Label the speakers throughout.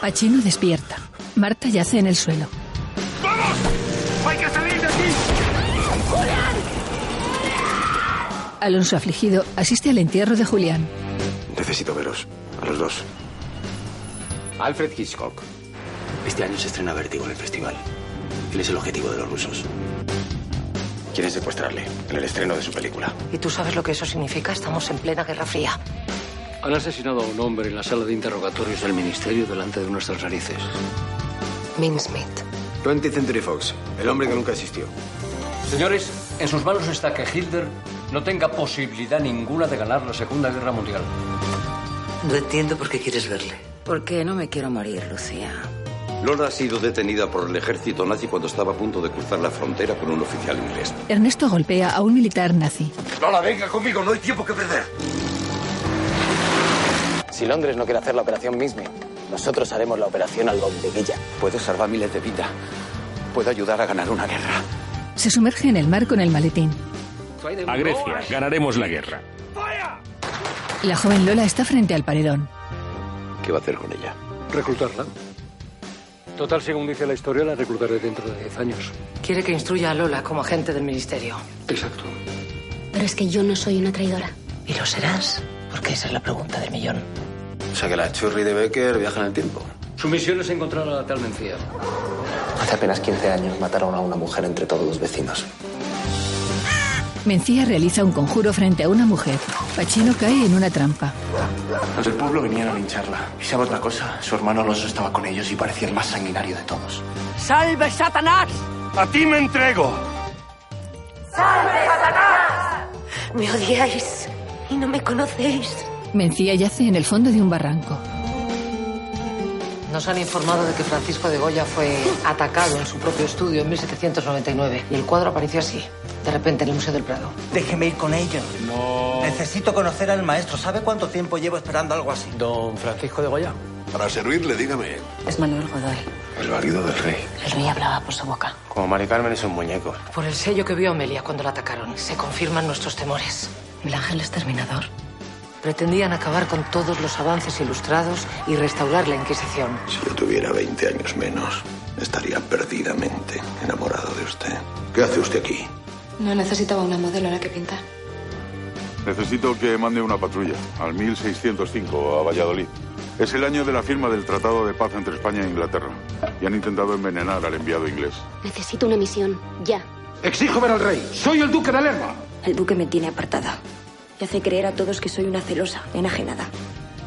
Speaker 1: Pachino despierta. Marta yace en el suelo.
Speaker 2: ¡Vamos! ¡Hay que salir de aquí!
Speaker 1: Alonso afligido asiste al entierro de Julián.
Speaker 3: Necesito veros, a los dos.
Speaker 4: Alfred Hitchcock. Este año se estrena Vértigo en el festival. Él es el objetivo de los rusos.
Speaker 3: Quieren secuestrarle en el estreno de su película.
Speaker 5: ¿Y tú sabes lo que eso significa? Estamos en plena Guerra Fría.
Speaker 4: Han asesinado a un hombre en la sala de interrogatorios del ministerio delante de nuestras narices.
Speaker 5: Min Smith.
Speaker 3: 20 Century Fox, el hombre que nunca existió.
Speaker 4: Señores, en sus manos está que Hitler no tenga posibilidad ninguna de ganar la Segunda Guerra Mundial.
Speaker 6: No entiendo por qué quieres verle.
Speaker 7: Porque no me quiero morir, Lucía.
Speaker 8: Lola ha sido detenida por el ejército nazi cuando estaba a punto de cruzar la frontera con un oficial inglés.
Speaker 1: Ernesto golpea a un militar nazi.
Speaker 3: Lola, venga conmigo, no hay tiempo que perder.
Speaker 9: Si Londres no quiere hacer la operación misma, nosotros haremos la operación al bombiguilla.
Speaker 8: Puede salvar miles de vidas. Puede ayudar a ganar una guerra.
Speaker 1: Se sumerge en el mar con el maletín.
Speaker 10: A Grecia, ganaremos la guerra.
Speaker 1: La joven Lola está frente al paredón.
Speaker 8: ¿Qué va a hacer con ella?
Speaker 4: Reclutarla. Total, según dice la historia, la reclutaré dentro de 10 años.
Speaker 5: Quiere que instruya a Lola como agente del ministerio.
Speaker 4: Exacto.
Speaker 11: Pero es que yo no soy una traidora.
Speaker 5: ¿Y lo serás? Porque esa es la pregunta del millón.
Speaker 3: O sea que la churri de Becker viaja en el tiempo.
Speaker 4: Su misión es encontrar a la tal Mencía.
Speaker 9: Hace apenas 15 años mataron a una mujer entre todos los vecinos.
Speaker 1: Mencía realiza un conjuro frente a una mujer. Pachino cae en una trampa.
Speaker 12: Los del pueblo venían a lincharla. Y sabe otra cosa, su hermano Alonso estaba con ellos y parecía el más sanguinario de todos.
Speaker 13: ¡Salve, Satanás!
Speaker 12: ¡A ti me entrego!
Speaker 13: ¡Salve, Satanás!
Speaker 11: Me odiáis y no me conocéis.
Speaker 1: Mencía yace en el fondo de un barranco.
Speaker 5: Nos han informado de que Francisco de Goya fue atacado en su propio estudio en 1799 y el cuadro apareció así, de repente en el Museo del Prado.
Speaker 14: Déjeme ir con ellos. No. Necesito conocer al maestro. ¿Sabe cuánto tiempo llevo esperando algo así?
Speaker 4: Don Francisco de Goya.
Speaker 3: Para servirle, dígame.
Speaker 7: Es Manuel Godoy.
Speaker 3: El marido del rey.
Speaker 7: El rey hablaba por su boca.
Speaker 15: Como Mari Carmen es un muñeco.
Speaker 5: Por el sello que vio Amelia cuando la atacaron, se confirman nuestros temores.
Speaker 7: El ángel exterminador.
Speaker 5: Pretendían acabar con todos los avances ilustrados y restaurar la Inquisición.
Speaker 3: Si yo tuviera 20 años menos, estaría perdidamente enamorado de usted. ¿Qué hace usted aquí?
Speaker 11: No necesitaba una modelo a la que pintar.
Speaker 16: Necesito que mande una patrulla al 1605 a Valladolid. Es el año de la firma del Tratado de Paz entre España e Inglaterra. Y han intentado envenenar al enviado inglés.
Speaker 11: Necesito una misión, ya.
Speaker 17: Exijo ver al rey. Soy el duque de Lerma.
Speaker 7: El duque me tiene apartada y hace creer a todos que soy una celosa, enajenada.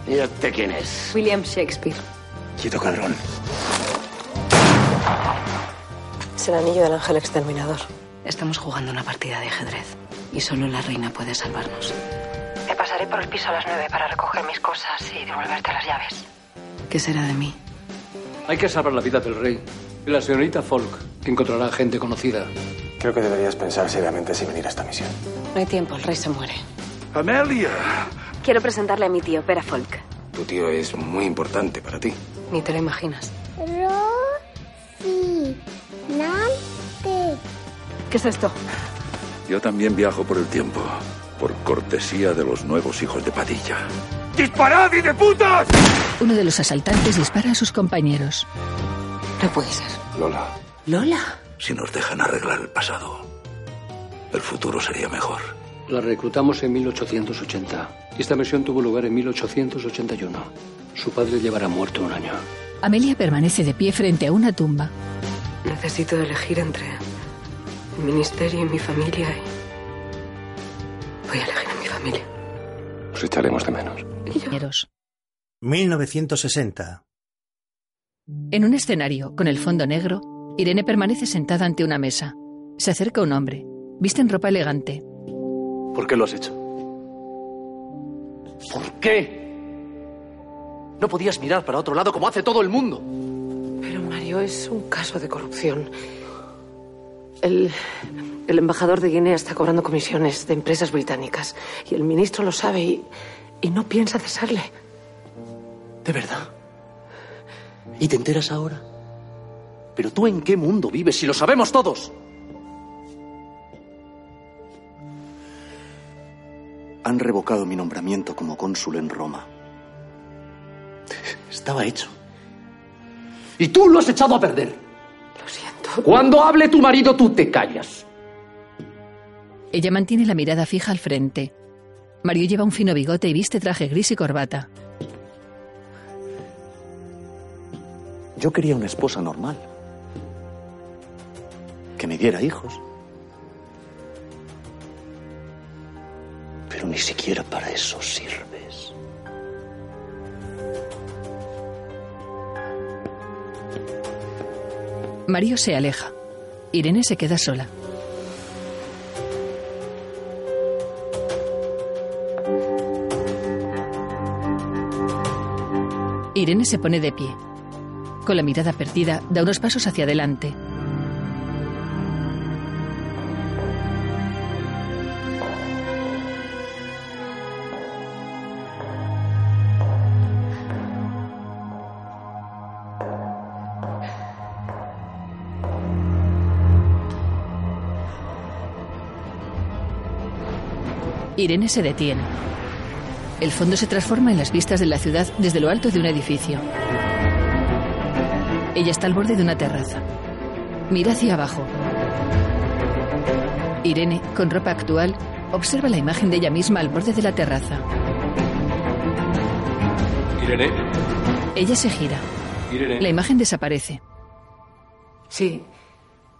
Speaker 15: ¿Y este quién es?
Speaker 7: William Shakespeare.
Speaker 15: Quieto, cabrón.
Speaker 7: Es el anillo del ángel exterminador.
Speaker 5: Estamos jugando una partida de ajedrez y solo la reina puede salvarnos. Me pasaré por el piso a las nueve para recoger mis cosas y devolverte las llaves. ¿Qué será de mí?
Speaker 4: Hay que salvar la vida del rey y la señorita Folk, que encontrará gente conocida.
Speaker 15: Creo que deberías pensar seriamente si venir a esta misión.
Speaker 7: No hay tiempo, el rey se muere.
Speaker 16: Amelia.
Speaker 7: Quiero presentarle a mi tío, Pera Folk.
Speaker 15: Tu tío es muy importante para ti.
Speaker 7: Ni te lo imaginas. ¿Qué es esto?
Speaker 18: Yo también viajo por el tiempo, por cortesía de los nuevos hijos de Padilla.
Speaker 17: ¡Disparad, y de putas!
Speaker 1: Uno de los asaltantes dispara a sus compañeros.
Speaker 7: No puede ser.
Speaker 18: Lola.
Speaker 7: ¿Lola?
Speaker 18: Si nos dejan arreglar el pasado, el futuro sería mejor.
Speaker 4: La reclutamos en 1880. Esta misión tuvo lugar en 1881. Su padre llevará muerto un año.
Speaker 1: Amelia permanece de pie frente a una tumba.
Speaker 7: Necesito elegir entre el ministerio y mi familia. Y... Voy a elegir a mi familia.
Speaker 15: Os echaremos de menos.
Speaker 1: Compañeros.
Speaker 19: 1960.
Speaker 1: En un escenario, con el fondo negro, Irene permanece sentada ante una mesa. Se acerca un hombre. Viste en ropa elegante.
Speaker 20: ¿Por qué lo has hecho? ¿Por qué? No podías mirar para otro lado como hace todo el mundo.
Speaker 5: Pero Mario es un caso de corrupción. El, el embajador de Guinea está cobrando comisiones de empresas británicas y el ministro lo sabe y, y no piensa cesarle.
Speaker 20: ¿De verdad? ¿Y te enteras ahora? ¿Pero tú en qué mundo vives si lo sabemos todos? han revocado mi nombramiento como cónsul en Roma. Estaba hecho.
Speaker 21: Y tú lo has echado a perder. Lo siento. Cuando hable tu marido, tú te callas.
Speaker 1: Ella mantiene la mirada fija al frente. Mario lleva un fino bigote y viste traje gris y corbata.
Speaker 13: Yo quería una esposa normal. Que me diera hijos. Pero ni siquiera para eso sirves.
Speaker 1: Mario se aleja. Irene se queda sola. Irene se pone de pie. Con la mirada perdida, da unos pasos hacia adelante. Irene se detiene. El fondo se transforma en las vistas de la ciudad desde lo alto de un edificio. Ella está al borde de una terraza. Mira hacia abajo. Irene, con ropa actual, observa la imagen de ella misma al borde de la terraza.
Speaker 20: Irene,
Speaker 1: Ella se gira.
Speaker 20: Irene.
Speaker 1: La imagen desaparece.
Speaker 5: Sí,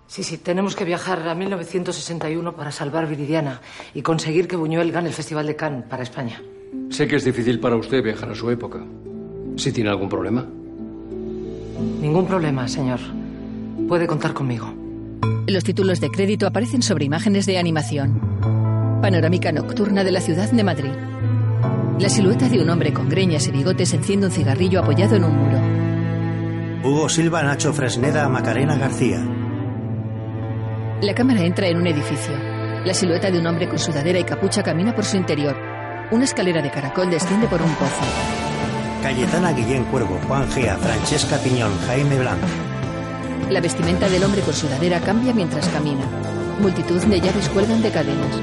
Speaker 5: sí, sí. Tenemos que viajar a 1961 para salvar Viridiana y conseguir que Buñuel gane el Festival de Cannes para España.
Speaker 4: Sé que es difícil para usted viajar a su época. Si tiene algún problema.
Speaker 5: Ningún problema, señor. Puede contar conmigo.
Speaker 1: Los títulos de crédito aparecen sobre imágenes de animación. Panorámica nocturna de la ciudad de Madrid. La silueta de un hombre con greñas y bigotes enciende un cigarrillo apoyado en un muro.
Speaker 14: Hugo Silva, Nacho Fresneda, Macarena García.
Speaker 1: La cámara entra en un edificio. La silueta de un hombre con sudadera y capucha camina por su interior. Una escalera de caracol desciende por un pozo.
Speaker 14: Cayetana Guillén Cuervo, Juan Gea, Francesca Piñón, Jaime Blanco.
Speaker 1: La vestimenta del hombre con sudadera cambia mientras camina. Multitud de llaves cuelgan de cadenas.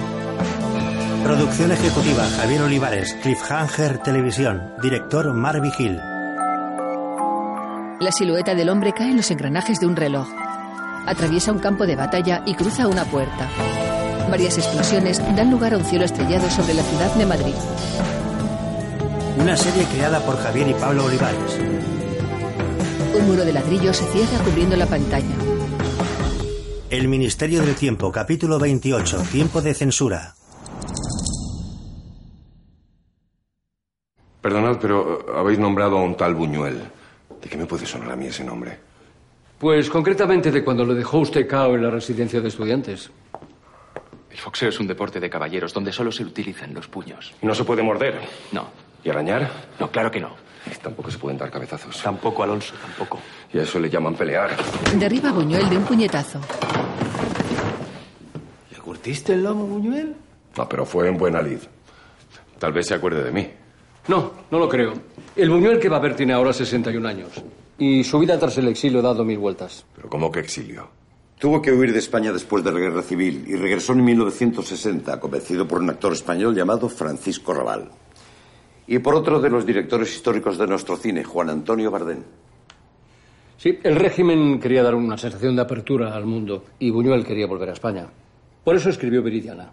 Speaker 14: Producción ejecutiva Javier Olivares, Cliffhanger Televisión, director Marvi Gil.
Speaker 1: La silueta del hombre cae en los engranajes de un reloj. Atraviesa un campo de batalla y cruza una puerta. Varias explosiones dan lugar a un cielo estrellado sobre la ciudad de Madrid.
Speaker 14: Una serie creada por Javier y Pablo Olivares.
Speaker 1: Un muro de ladrillo se cierra cubriendo la pantalla.
Speaker 14: El Ministerio del Tiempo, capítulo 28, tiempo de censura.
Speaker 22: Perdonad, pero eh, habéis nombrado a un tal Buñuel. ¿De qué me puede sonar a mí ese nombre?
Speaker 4: Pues concretamente de cuando lo dejó usted cao en la residencia de estudiantes.
Speaker 23: El boxeo es un deporte de caballeros donde solo se utilizan los puños.
Speaker 22: No se puede morder.
Speaker 23: No.
Speaker 22: ¿Y arañar?
Speaker 23: No, claro que no.
Speaker 22: Tampoco se pueden dar cabezazos.
Speaker 23: Tampoco, Alonso, tampoco.
Speaker 22: Y a eso le llaman pelear.
Speaker 1: Derriba a Buñuel de un puñetazo.
Speaker 23: ¿Le curtiste el lomo, Buñuel?
Speaker 22: No, pero fue en buena lid. Tal vez se acuerde de mí.
Speaker 4: No, no lo creo. El Buñuel que va a ver tiene ahora 61 años. Y su vida tras el exilio ha dado mil vueltas.
Speaker 22: Pero ¿cómo que exilio?
Speaker 3: Tuvo que huir de España después de la Guerra Civil y regresó en 1960, convencido por un actor español llamado Francisco Raval. Y por otro de los directores históricos de nuestro cine, Juan Antonio Bardén.
Speaker 4: Sí, el régimen quería dar una sensación de apertura al mundo y Buñuel quería volver a España. Por eso escribió Viridiana,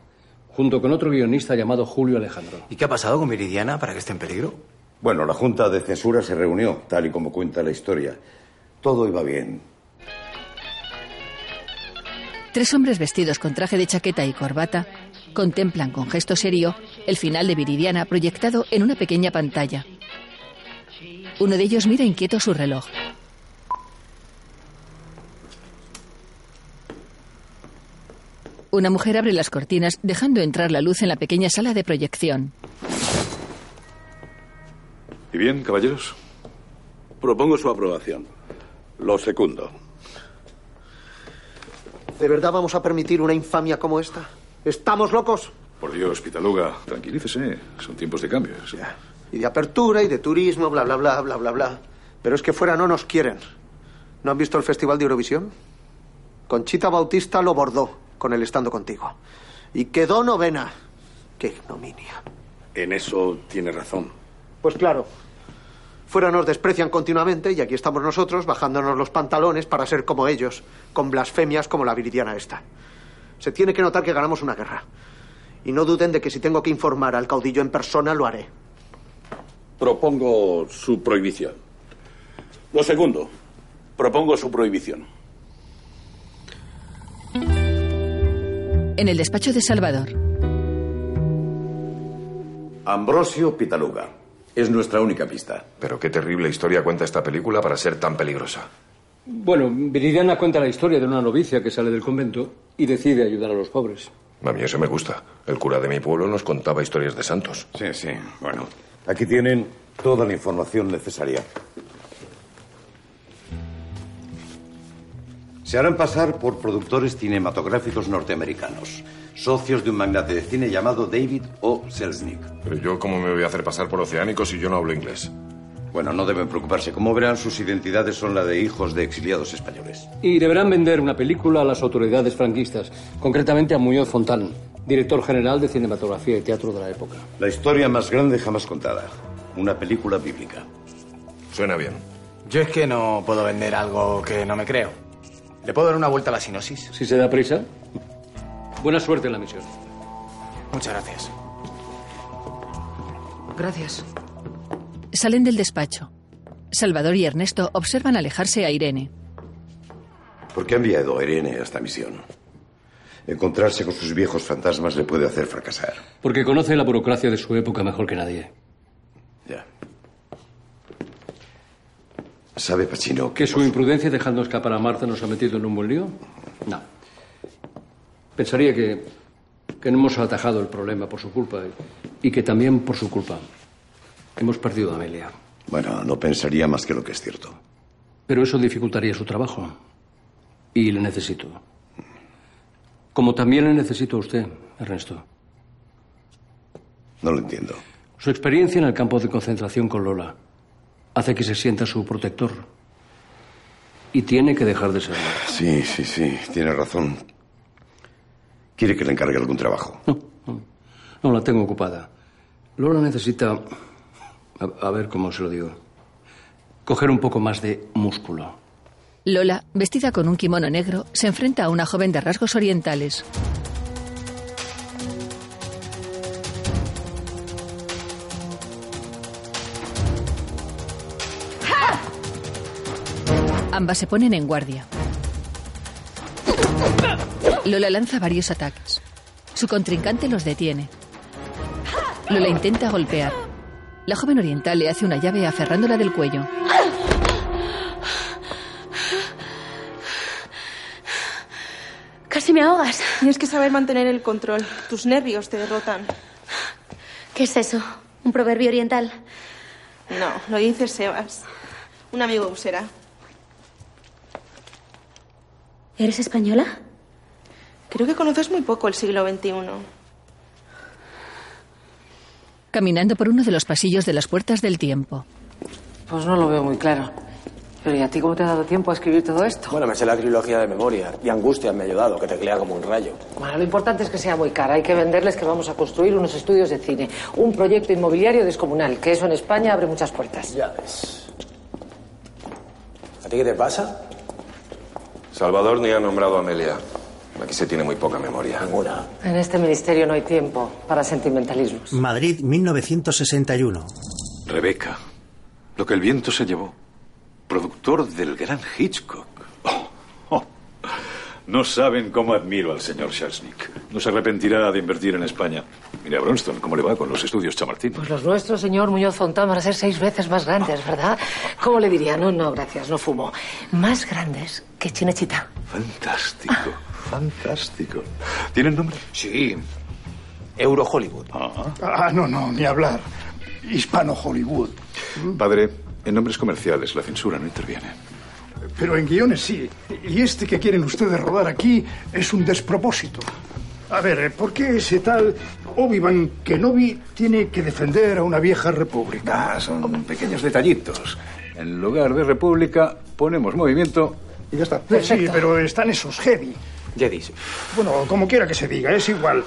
Speaker 4: junto con otro guionista llamado Julio Alejandro.
Speaker 23: ¿Y qué ha pasado con Meridiana para que esté en peligro?
Speaker 3: Bueno, la Junta de Censura se reunió, tal y como cuenta la historia. Todo iba bien.
Speaker 1: Tres hombres vestidos con traje de chaqueta y corbata contemplan con gesto serio el final de Viridiana proyectado en una pequeña pantalla. Uno de ellos mira inquieto su reloj. Una mujer abre las cortinas dejando entrar la luz en la pequeña sala de proyección.
Speaker 22: ¿Y bien, caballeros?
Speaker 16: Propongo su aprobación. Lo secundo.
Speaker 24: ¿De verdad vamos a permitir una infamia como esta? ¿Estamos locos?
Speaker 22: Por Dios, Pitaluga, tranquilícese. Son tiempos de cambios.
Speaker 24: Y de apertura y de turismo, bla, bla, bla, bla, bla, bla. Pero es que fuera no nos quieren. ¿No han visto el Festival de Eurovisión? Conchita Bautista lo bordó con el estando contigo. Y quedó novena. ¡Qué ignominia!
Speaker 16: En eso tiene razón.
Speaker 24: Pues claro. Fuera nos desprecian continuamente y aquí estamos nosotros bajándonos los pantalones para ser como ellos, con blasfemias como la viridiana esta. Se tiene que notar que ganamos una guerra. Y no duden de que si tengo que informar al caudillo en persona, lo haré.
Speaker 16: Propongo su prohibición. Lo segundo, propongo su prohibición.
Speaker 1: En el despacho de Salvador,
Speaker 8: Ambrosio Pitaluga. Es nuestra única pista.
Speaker 22: Pero qué terrible historia cuenta esta película para ser tan peligrosa.
Speaker 4: Bueno, Viridiana cuenta la historia de una novicia que sale del convento y decide ayudar a los pobres.
Speaker 22: A mí eso me gusta. El cura de mi pueblo nos contaba historias de santos.
Speaker 8: Sí, sí. Bueno, aquí tienen toda la información necesaria. Se harán pasar por productores cinematográficos norteamericanos, socios de un magnate de cine llamado David O. Selznick.
Speaker 22: Pero yo, ¿cómo me voy a hacer pasar por oceánico si yo no hablo inglés?
Speaker 8: Bueno, no deben preocuparse. Como verán, sus identidades son la de hijos de exiliados españoles.
Speaker 4: Y deberán vender una película a las autoridades franquistas, concretamente a Muñoz Fontán, director general de cinematografía y teatro de la época.
Speaker 8: La historia más grande jamás contada. Una película bíblica.
Speaker 22: Suena bien.
Speaker 20: Yo es que no puedo vender algo que no me creo. ¿Le puedo dar una vuelta a la sinosis?
Speaker 4: Si se da prisa. Buena suerte en la misión.
Speaker 20: Muchas gracias.
Speaker 5: Gracias.
Speaker 1: salen del despacho. Salvador y Ernesto observan alejarse a Irene.
Speaker 8: ¿Por qué ha enviado a Irene a esta misión? Encontrarse con sus viejos fantasmas le puede hacer fracasar.
Speaker 4: Porque conoce la burocracia de su época mejor que nadie.
Speaker 8: Ya. ¿Sabe, Pachino,
Speaker 4: ¿Que su imprudencia dejando escapar a Marta nos ha metido en un buen lío? No. Pensaría que, que no hemos atajado el problema por su culpa y, y que también por su culpa hemos perdido a Amelia.
Speaker 8: Bueno, no pensaría más que lo que es cierto.
Speaker 4: Pero eso dificultaría su trabajo. Y le necesito. Como también le necesito a usted, Ernesto.
Speaker 8: No lo entiendo.
Speaker 4: Su experiencia en el campo de concentración con Lola hace que se sienta su protector. Y tiene que dejar de serlo.
Speaker 8: Sí, sí, sí, tiene razón. ¿Quiere que le encargue algún trabajo?
Speaker 4: No, no, no la tengo ocupada. Lola necesita, a, a ver cómo se lo digo, coger un poco más de músculo.
Speaker 1: Lola, vestida con un kimono negro, se enfrenta a una joven de rasgos orientales. Ambas se ponen en guardia. Lola lanza varios ataques. Su contrincante los detiene. Lola intenta golpear. La joven oriental le hace una llave aferrándola del cuello.
Speaker 25: Casi me ahogas.
Speaker 26: Tienes que saber mantener el control. Tus nervios te derrotan.
Speaker 27: ¿Qué es eso? ¿Un proverbio oriental?
Speaker 26: No, lo dice Sebas, un amigo usera.
Speaker 27: ¿Eres española?
Speaker 26: Creo que conoces muy poco el siglo XXI.
Speaker 1: Caminando por uno de los pasillos de las puertas del tiempo.
Speaker 5: Pues no lo veo muy claro. Pero ¿y a ti cómo te ha dado tiempo a escribir todo esto?
Speaker 28: Bueno, me sé la trilogía de memoria y Angustia me ha ayudado, que teclea como un rayo.
Speaker 5: Bueno, lo importante es que sea muy cara. Hay que venderles que vamos a construir unos estudios de cine. Un proyecto inmobiliario descomunal, que eso en España abre muchas puertas.
Speaker 28: Ya ves. ¿A ti qué te pasa?
Speaker 22: Salvador ni ha nombrado a Amelia. Aquí se tiene muy poca memoria.
Speaker 28: Ninguna.
Speaker 5: En este ministerio no hay tiempo para sentimentalismos.
Speaker 14: Madrid, 1961.
Speaker 16: Rebeca, lo que el viento se llevó. Productor del gran Hitchcock. Oh, oh. No saben cómo admiro al señor Selznick. No se arrepentirá de invertir en España. Mire a Bronston, ¿cómo le va con los estudios Chamartín?
Speaker 5: Pues los nuestros, señor Muñoz Fontán, van a ser seis veces más grandes, ¿verdad? ¿Cómo le diría? No, no, gracias, no fumo. Más grandes que Chinechita.
Speaker 16: Fantástico, fantástico. ¿Tienen nombre?
Speaker 28: Sí. Euro Hollywood.
Speaker 16: Ah.
Speaker 29: Ah, no, no, ni hablar. Hispano Hollywood.
Speaker 16: Padre, en nombres comerciales la censura no interviene.
Speaker 29: Pero en guiones sí. Y este que quieren ustedes rodar aquí es un despropósito. A ver, eh, ¿por qué ese tal Obi-Wan Kenobi tiene que defender a una vieja república?
Speaker 16: Ah, son pequeños detallitos. En lugar de república, ponemos movimiento y ya está.
Speaker 29: Sí, pero están esos heavy.
Speaker 28: Jedis.
Speaker 29: Bueno, como quiera que se diga, es igual.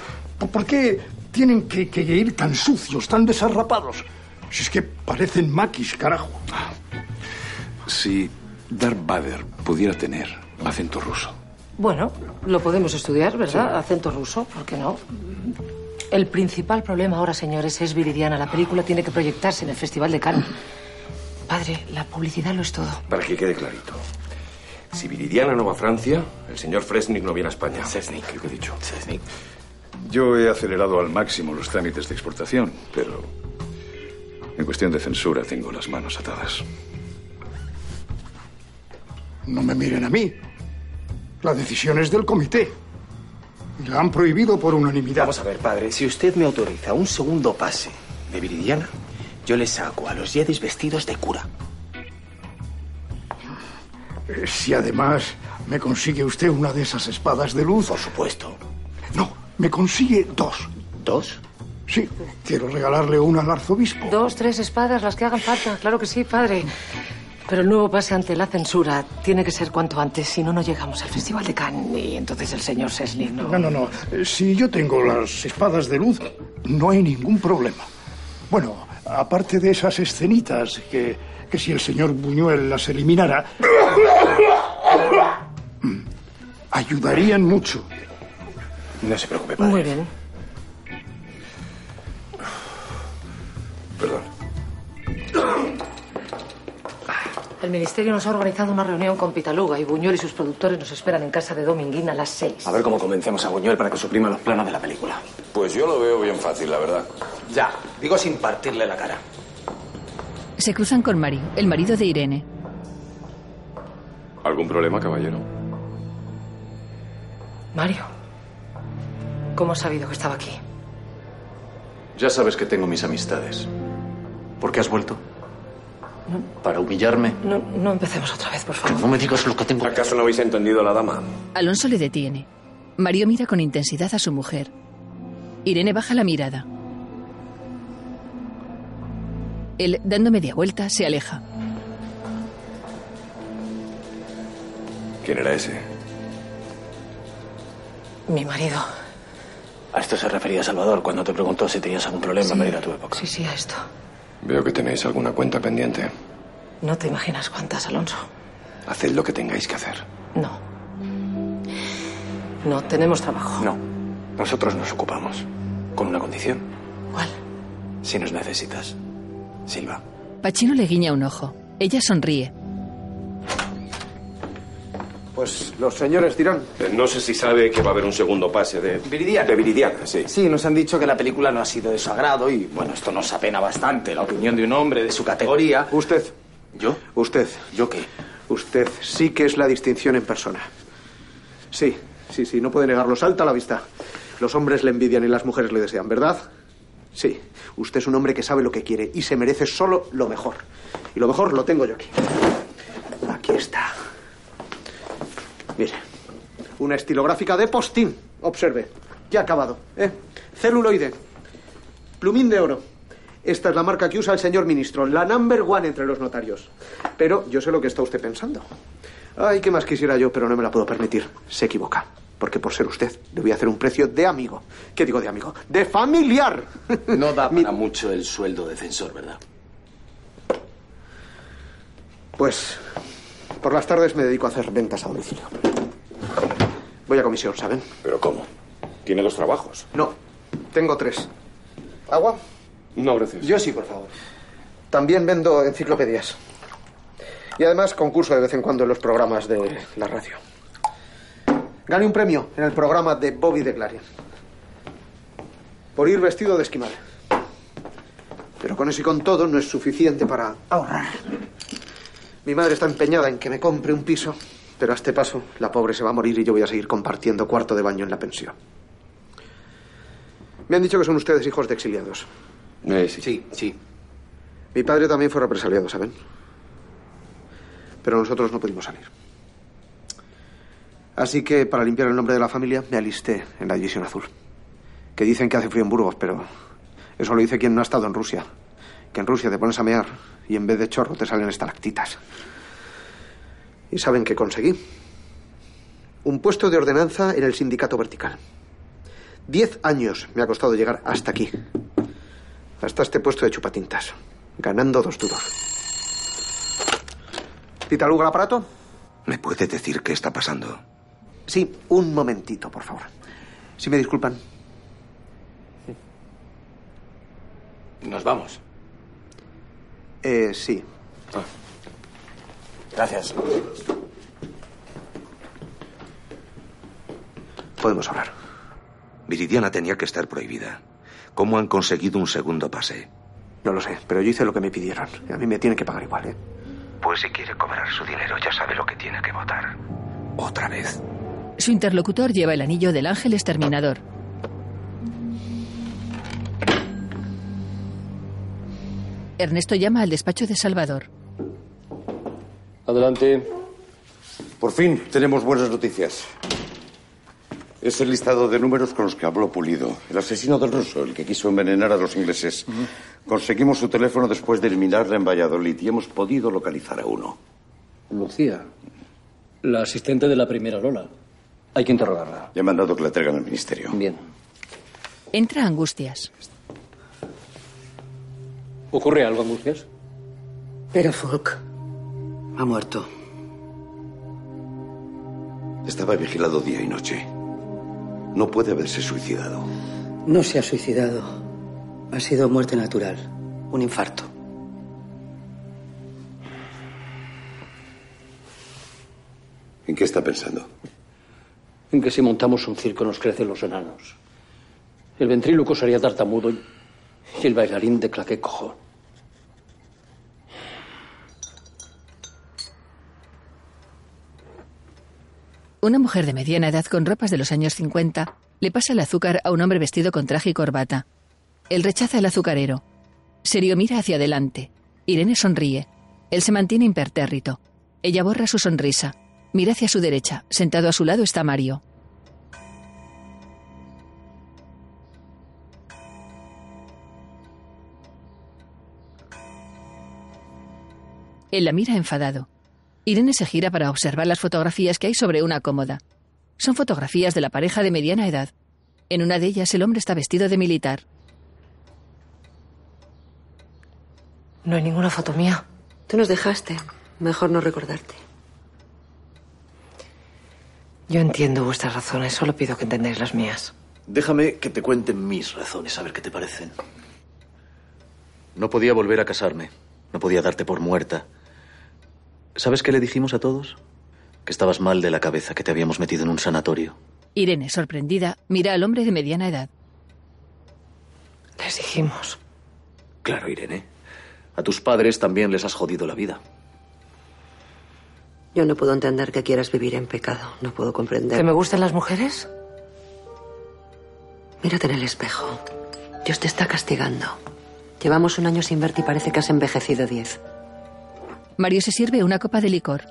Speaker 29: ¿Por qué tienen que, que ir tan sucios, tan desarrapados? Si es que parecen maquis, carajo.
Speaker 16: Si Darth Vader pudiera tener acento ruso.
Speaker 5: Bueno, lo podemos estudiar, ¿verdad? Acento ruso, ¿por qué no? El principal problema ahora, señores, es Viridiana. La película tiene que proyectarse en el Festival de Cannes. Padre, la publicidad lo es todo.
Speaker 22: Para que quede clarito. Si Viridiana no va a Francia, el señor Fresnik no viene a España. Fresnik, lo que he dicho.
Speaker 16: Yo he acelerado al máximo los trámites de exportación, pero en cuestión de censura tengo las manos atadas.
Speaker 29: No me miren a mí. La decisión es del comité. Y La han prohibido por unanimidad.
Speaker 20: Vamos a ver, padre, si usted me autoriza un segundo pase de Viridiana, yo le saco a los Jedis vestidos de cura.
Speaker 29: Eh, Si además me consigue usted una de esas espadas de luz. Por supuesto. No, me consigue dos. ¿Dos? Sí, quiero regalarle una al arzobispo.
Speaker 5: Dos, tres espadas, las que hagan falta. Claro que sí, padre. Pero el nuevo pase ante la censura tiene que ser cuanto antes, si no, no llegamos al Festival de Cannes y entonces el señor Sesli no...
Speaker 29: No, no, no. Eh, Si yo tengo las espadas de luz, no hay ningún problema. Bueno, aparte de esas escenitas que, que si el señor Buñuel las eliminara, mm, ayudarían mucho.
Speaker 22: No se preocupe,
Speaker 5: Muy bien.
Speaker 22: Perdón.
Speaker 5: El ministerio nos ha organizado una reunión con Pitaluga y Buñuel y sus productores nos esperan en casa de Dominguín a las seis.
Speaker 20: A ver cómo convencemos a Buñuel para que suprima los planos de la película.
Speaker 22: Pues yo lo veo bien fácil, la verdad.
Speaker 20: Ya, digo sin partirle la cara.
Speaker 1: Se cruzan con Mari, el marido de Irene.
Speaker 22: ¿Algún problema, caballero?
Speaker 5: Mario, ¿cómo has sabido que estaba aquí?
Speaker 30: Ya sabes que tengo mis amistades. ¿Por qué has vuelto? ¿Para humillarme?
Speaker 5: No, no empecemos otra vez, por favor.
Speaker 30: No me digas lo que tengo.
Speaker 22: ¿Acaso no habéis entendido a la dama?
Speaker 1: Alonso le detiene. Mario mira con intensidad a su mujer. Irene baja la mirada. Él, dando media vuelta, se aleja.
Speaker 22: ¿Quién era ese?
Speaker 5: Mi marido.
Speaker 20: A esto se refería Salvador cuando te preguntó si tenías algún problema para ir a tu época.
Speaker 5: Sí, sí, a esto.
Speaker 22: Veo que tenéis alguna cuenta pendiente.
Speaker 5: No te imaginas cuántas, Alonso.
Speaker 22: Haced lo que tengáis que hacer.
Speaker 5: No. No, tenemos trabajo.
Speaker 20: No, nosotros nos ocupamos. Con una condición.
Speaker 5: ¿Cuál?
Speaker 20: Si nos necesitas. Silva.
Speaker 1: Pachino le guiña un ojo. Ella sonríe.
Speaker 22: Pues los señores dirán. Eh, No sé si sabe que va a haber un segundo pase de...
Speaker 20: Viridiana.
Speaker 22: De Viridiana, sí.
Speaker 20: Sí, nos han dicho que la película no ha sido de su agrado y, bueno, esto nos apena bastante. La opinión de un hombre de su categoría.
Speaker 24: Usted.
Speaker 20: ¿Yo?
Speaker 24: Usted.
Speaker 20: ¿Yo qué?
Speaker 24: Usted sí que es la distinción en persona. Sí, sí, sí, no puede negarlo. Salta a la vista. Los hombres le envidian y las mujeres le desean, ¿verdad? Sí, usted es un hombre que sabe lo que quiere y se merece solo lo mejor. Y lo mejor lo tengo yo aquí. Aquí está. Mire, una estilográfica de postín. Observe, ya acabado. ¿eh? Celuloide, plumín de oro. Esta es la marca que usa el señor ministro, la number one entre los notarios. Pero yo sé lo que está usted pensando. Ay, qué más quisiera yo, pero no me la puedo permitir. Se equivoca. Porque por ser usted, le voy a hacer un precio de amigo. ¿Qué digo de amigo? ¡De familiar!
Speaker 20: No da para mucho el sueldo de censor, ¿verdad?
Speaker 24: Pues por las tardes me dedico a hacer ventas a domicilio. Voy a comisión, ¿saben?
Speaker 22: ¿Pero cómo? Tiene dos trabajos.
Speaker 24: No, tengo tres. ¿Agua?
Speaker 22: No, gracias.
Speaker 24: Yo sí, por favor. También vendo enciclopedias. Y además concurso de vez en cuando en los programas de la radio. Gané un premio en el programa de Bobby de Clarín. Por ir vestido de esquimal. Pero con eso y con todo no es suficiente para ahorrar. Mi madre está empeñada en que me compre un piso, pero a este paso la pobre se va a morir y yo voy a seguir compartiendo cuarto de baño en la pensión. Me han dicho que son ustedes hijos de exiliados.
Speaker 22: sí.
Speaker 20: Eh, sí, sí.
Speaker 24: Mi padre también fue represaliado, ¿saben? Pero nosotros no pudimos salir. Así que, para limpiar el nombre de la familia, me alisté en la División Azul. Que dicen que hace frío en Burgos, pero eso lo dice quien no ha estado en Rusia. Que en Rusia te pones a mear y en vez de chorro te salen estalactitas. ¿Y saben qué conseguí? Un puesto de ordenanza en el sindicato vertical. Diez años me ha costado llegar hasta aquí. Hasta este puesto de chupatintas.
Speaker 31: ganando dos duros. ¿Titaruga el aparato?
Speaker 24: ¿Me puede decir qué está pasando?
Speaker 31: Sí, un momentito, por favor. Si me disculpan.
Speaker 32: Nos vamos.
Speaker 31: Eh, sí.
Speaker 32: Gracias.
Speaker 31: Podemos hablar.
Speaker 24: Viridiana tenía que estar prohibida. ¿Cómo han conseguido un segundo pase?
Speaker 31: No lo sé, pero yo hice lo que me pidieron. A mí me tienen que pagar igual, ¿eh?
Speaker 24: Pues si quiere cobrar su dinero ya sabe lo que tiene que votar. Otra vez.
Speaker 1: Su interlocutor lleva el anillo del ángel exterminador. Ernesto llama al despacho de Salvador.
Speaker 4: Adelante.
Speaker 8: Por fin tenemos buenas noticias. Es el listado de números con los que habló Pulido, el asesino del ruso, el que quiso envenenar a los ingleses. Conseguimos su teléfono después de eliminarla en Valladolid y hemos podido localizar a uno.
Speaker 4: Lucía. La asistente de la primera Lola. Hay que interrogarla.
Speaker 8: Le he mandado que la traigan al ministerio.
Speaker 4: Bien.
Speaker 1: Entra Angustias.
Speaker 4: ¿Ocurre algo, Angustias?
Speaker 33: Pero Falk ha muerto.
Speaker 8: Estaba vigilado día y noche. No puede haberse suicidado.
Speaker 33: No se ha suicidado. Ha sido muerte natural. Un infarto.
Speaker 8: ¿En qué está pensando?
Speaker 4: En que si montamos un circo nos crecen los enanos. El ventríloco sería tartamudo y y el bailarín de claqué cojón.
Speaker 1: Una mujer de mediana edad con ropas de los años 50 le pasa el azúcar a un hombre vestido con traje y corbata. Él rechaza el azucarero. Serio mira hacia adelante. Irene sonríe. Él se mantiene impertérrito. Ella borra su sonrisa. Mira hacia su derecha. Sentado a su lado está Mario. Él la mira enfadado. Irene se gira para observar las fotografías que hay sobre una cómoda. Son fotografías de la pareja de mediana edad. En una de ellas el hombre está vestido de militar.
Speaker 5: No hay ninguna foto mía.
Speaker 33: Tú nos dejaste. Mejor no recordarte.
Speaker 5: Yo entiendo vuestras razones, solo pido que entendáis las mías.
Speaker 20: Déjame que te cuenten mis razones, a ver qué te parecen. No podía volver a casarme. No podía darte por muerta. ¿Sabes qué le dijimos a todos? Que estabas mal de la cabeza, que te habíamos metido en un sanatorio.
Speaker 1: Irene, sorprendida, mira al hombre de mediana edad.
Speaker 5: Les dijimos.
Speaker 20: Claro, Irene. A tus padres también les has jodido la vida.
Speaker 33: Yo no puedo entender que quieras vivir en pecado. No puedo comprender.
Speaker 5: ¿Que me gustan las mujeres?
Speaker 33: Mírate en el espejo. Dios te está castigando. Llevamos un año sin verte y parece que has envejecido diez.
Speaker 1: Mario se sirve una copa de licor.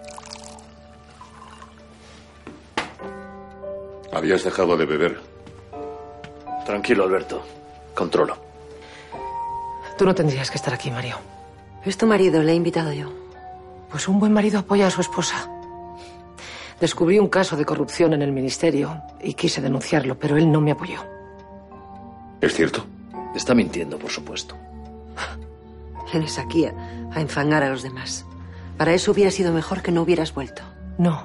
Speaker 22: Habías dejado de beber.
Speaker 20: Tranquilo, Alberto. Controlo.
Speaker 5: Tú no tendrías que estar aquí, Mario.
Speaker 33: Es tu marido, le he invitado yo.
Speaker 5: Pues un buen marido apoya a su esposa. Descubrí un caso de corrupción en el ministerio y quise denunciarlo, pero él no me apoyó.
Speaker 22: ¿Es cierto?
Speaker 20: Está mintiendo, por supuesto.
Speaker 33: Vienes aquí a, a, enfangar a los demás. Para eso hubiera sido mejor que no hubieras vuelto.
Speaker 5: No.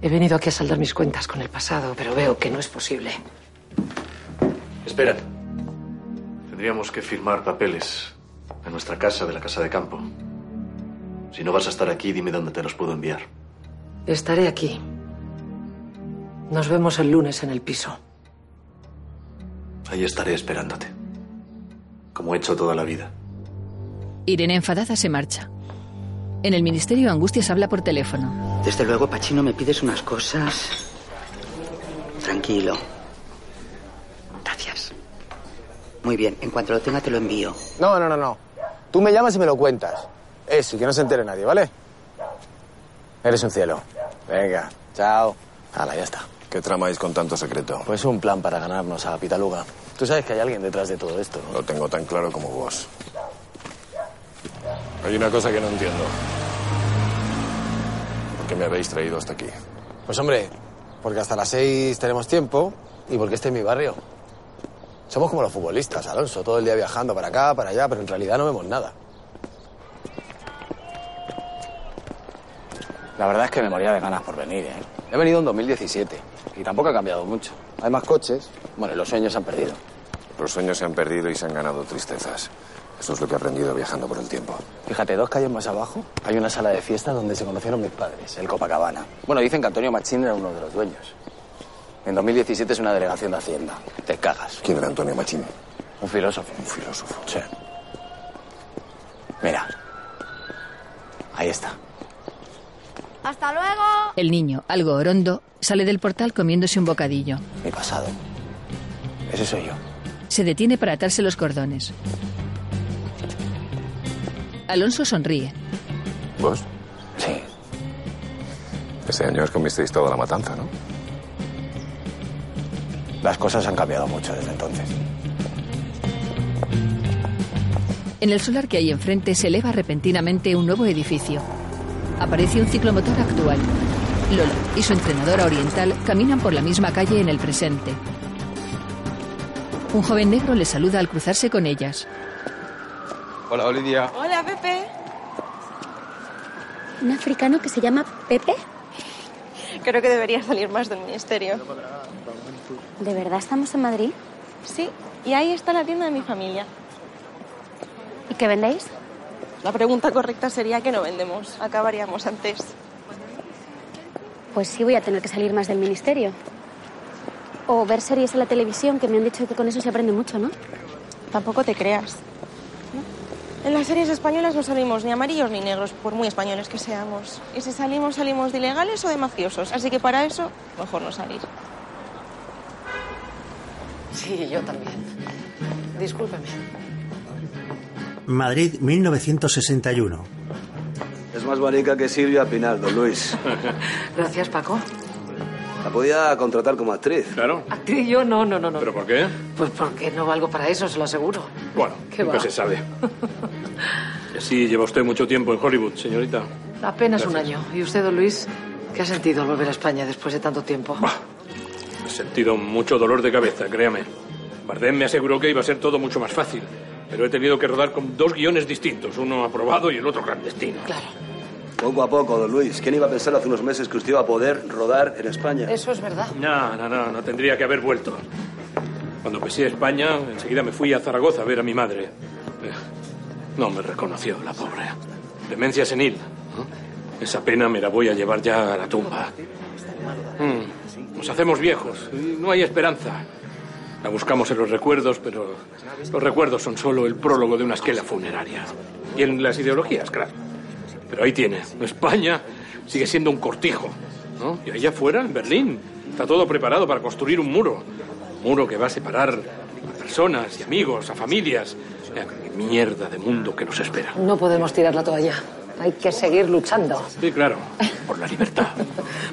Speaker 5: He venido aquí a saldar mis cuentas con el pasado, pero veo que no es posible.
Speaker 20: Espera. Tendríamos que firmar papeles en nuestra casa de la casa de campo. Si no vas a estar aquí, dime dónde te los puedo enviar.
Speaker 5: Estaré aquí. Nos vemos el lunes en el piso.
Speaker 20: Ahí estaré esperándote. Como he hecho toda la vida.
Speaker 1: Irene enfadada se marcha. En el ministerio Angustias habla por teléfono.
Speaker 33: Desde luego, Pachino, me pides unas cosas. Tranquilo. Gracias. Muy bien, en cuanto lo tenga te lo envío.
Speaker 34: No, no, no, no. Tú me llamas y me lo cuentas. Eso, y que no se entere nadie, ¿vale? Eres un cielo. Venga, chao. Hala, ya está.
Speaker 22: ¿Qué tramáis con tanto secreto?
Speaker 34: Pues un plan para ganarnos a Pitaluga. Tú sabes que hay alguien detrás de todo esto.
Speaker 22: Lo tengo tan claro como vos. Hay una cosa que no entiendo. ¿Por qué me habéis traído hasta aquí?
Speaker 34: Pues hombre, porque hasta las seis tenemos tiempo y porque este es mi barrio.
Speaker 35: Somos como los futbolistas, Alonso, todo el día viajando para acá, para allá, pero en realidad no vemos nada.
Speaker 2: La verdad es que me moría de ganas por venir, ¿eh?
Speaker 35: He venido en 2017 y tampoco ha cambiado mucho. Hay más coches. Bueno, y los sueños se han perdido.
Speaker 36: Los sueños se han perdido y se han ganado tristezas. Eso es lo que he aprendido viajando por el tiempo.
Speaker 2: Fíjate, dos calles más abajo hay una sala de fiesta donde se conocieron mis padres, el Copacabana. Bueno, dicen que Antonio Machín era uno de los dueños. En 2017 es una delegación de Hacienda. Te cagas.
Speaker 36: ¿Quién era Antonio Machín?
Speaker 2: Un filósofo.
Speaker 36: Un filósofo.
Speaker 2: Sí. Mira. Ahí está.
Speaker 1: ¡Hasta luego! El niño, algo orondo, sale del portal comiéndose un bocadillo.
Speaker 2: Mi pasado. Ese soy yo.
Speaker 1: Se detiene para atarse los cordones. Alonso sonríe.
Speaker 36: ¿Vos?
Speaker 2: Sí.
Speaker 29: Este
Speaker 36: Ese año os comisteis toda la matanza, ¿no?
Speaker 2: Las cosas han cambiado mucho desde entonces.
Speaker 1: En el solar que hay enfrente se eleva repentinamente un nuevo edificio. Aparece un ciclomotor actual. Lolo y su entrenadora oriental caminan por la misma calle en el presente. Un joven negro le saluda al cruzarse con ellas.
Speaker 20: Hola, Olivia.
Speaker 26: Hola, Pepe.
Speaker 7: ¿Un africano que se llama Pepe?
Speaker 26: Creo que debería salir más del ministerio.
Speaker 7: ¿De verdad estamos en Madrid?
Speaker 26: Sí, y ahí está la tienda de mi familia.
Speaker 7: ¿Y qué vendéis?
Speaker 26: La pregunta correcta sería que no vendemos. Acabaríamos antes.
Speaker 7: Pues sí, voy a tener que salir más del ministerio. O ver series en la televisión, que me han dicho que con eso se aprende mucho, ¿no?
Speaker 26: Tampoco te creas. En las series españolas no salimos ni amarillos ni negros, por muy españoles que seamos. Y si salimos, salimos de ilegales o de mafiosos. Así que para eso, mejor no salir.
Speaker 5: Sí, yo también. Discúlpeme.
Speaker 14: Madrid 1961.
Speaker 37: Es más bonita que Silvia Pinal, don Luis.
Speaker 5: Gracias, Paco.
Speaker 37: La podía contratar como actriz.
Speaker 10: Claro.
Speaker 5: Actriz yo no, no, no, no.
Speaker 10: ¿Pero por qué?
Speaker 5: Pues porque no valgo para eso, se lo aseguro.
Speaker 10: Bueno,
Speaker 5: ¿Qué
Speaker 10: nunca
Speaker 5: va?
Speaker 10: se sabe. Sí, lleva usted mucho tiempo en Hollywood, señorita.
Speaker 5: Apenas un año. ¿Y usted, don Luis, qué ha sentido al volver a España después de tanto tiempo?
Speaker 10: He sentido mucho dolor de cabeza, créame. Bardem me aseguró que iba a ser todo mucho más fácil, pero he tenido que rodar con dos guiones distintos, uno aprobado y el otro clandestino.
Speaker 5: Claro.
Speaker 37: Poco a poco, don Luis. ¿Quién iba a pensar hace unos meses que usted iba a poder rodar en España?
Speaker 5: Eso es verdad.
Speaker 10: No, no, no, no tendría que haber vuelto. Cuando pesé España, enseguida me fui a Zaragoza a ver a mi madre. Eh, No me reconoció, la pobre. Demencia senil. ¿no? Esa pena me la voy a llevar ya a la tumba. Mm,
Speaker 4: pues
Speaker 10: Nos hacemos viejos. y No hay esperanza. La buscamos en los recuerdos, pero los recuerdos son solo el prólogo de una esquela funeraria. Y en las ideologías, claro. Pero ahí tiene. España sigue siendo un cortijo. ¿no? Y allá afuera, en Berlín, está todo preparado para construir un muro. Un muro que va a separar a personas y amigos, a familias. Mira, qué mierda de mundo que nos espera.
Speaker 5: No podemos tirar la toalla. Hay que seguir luchando
Speaker 10: Sí, claro, por la libertad.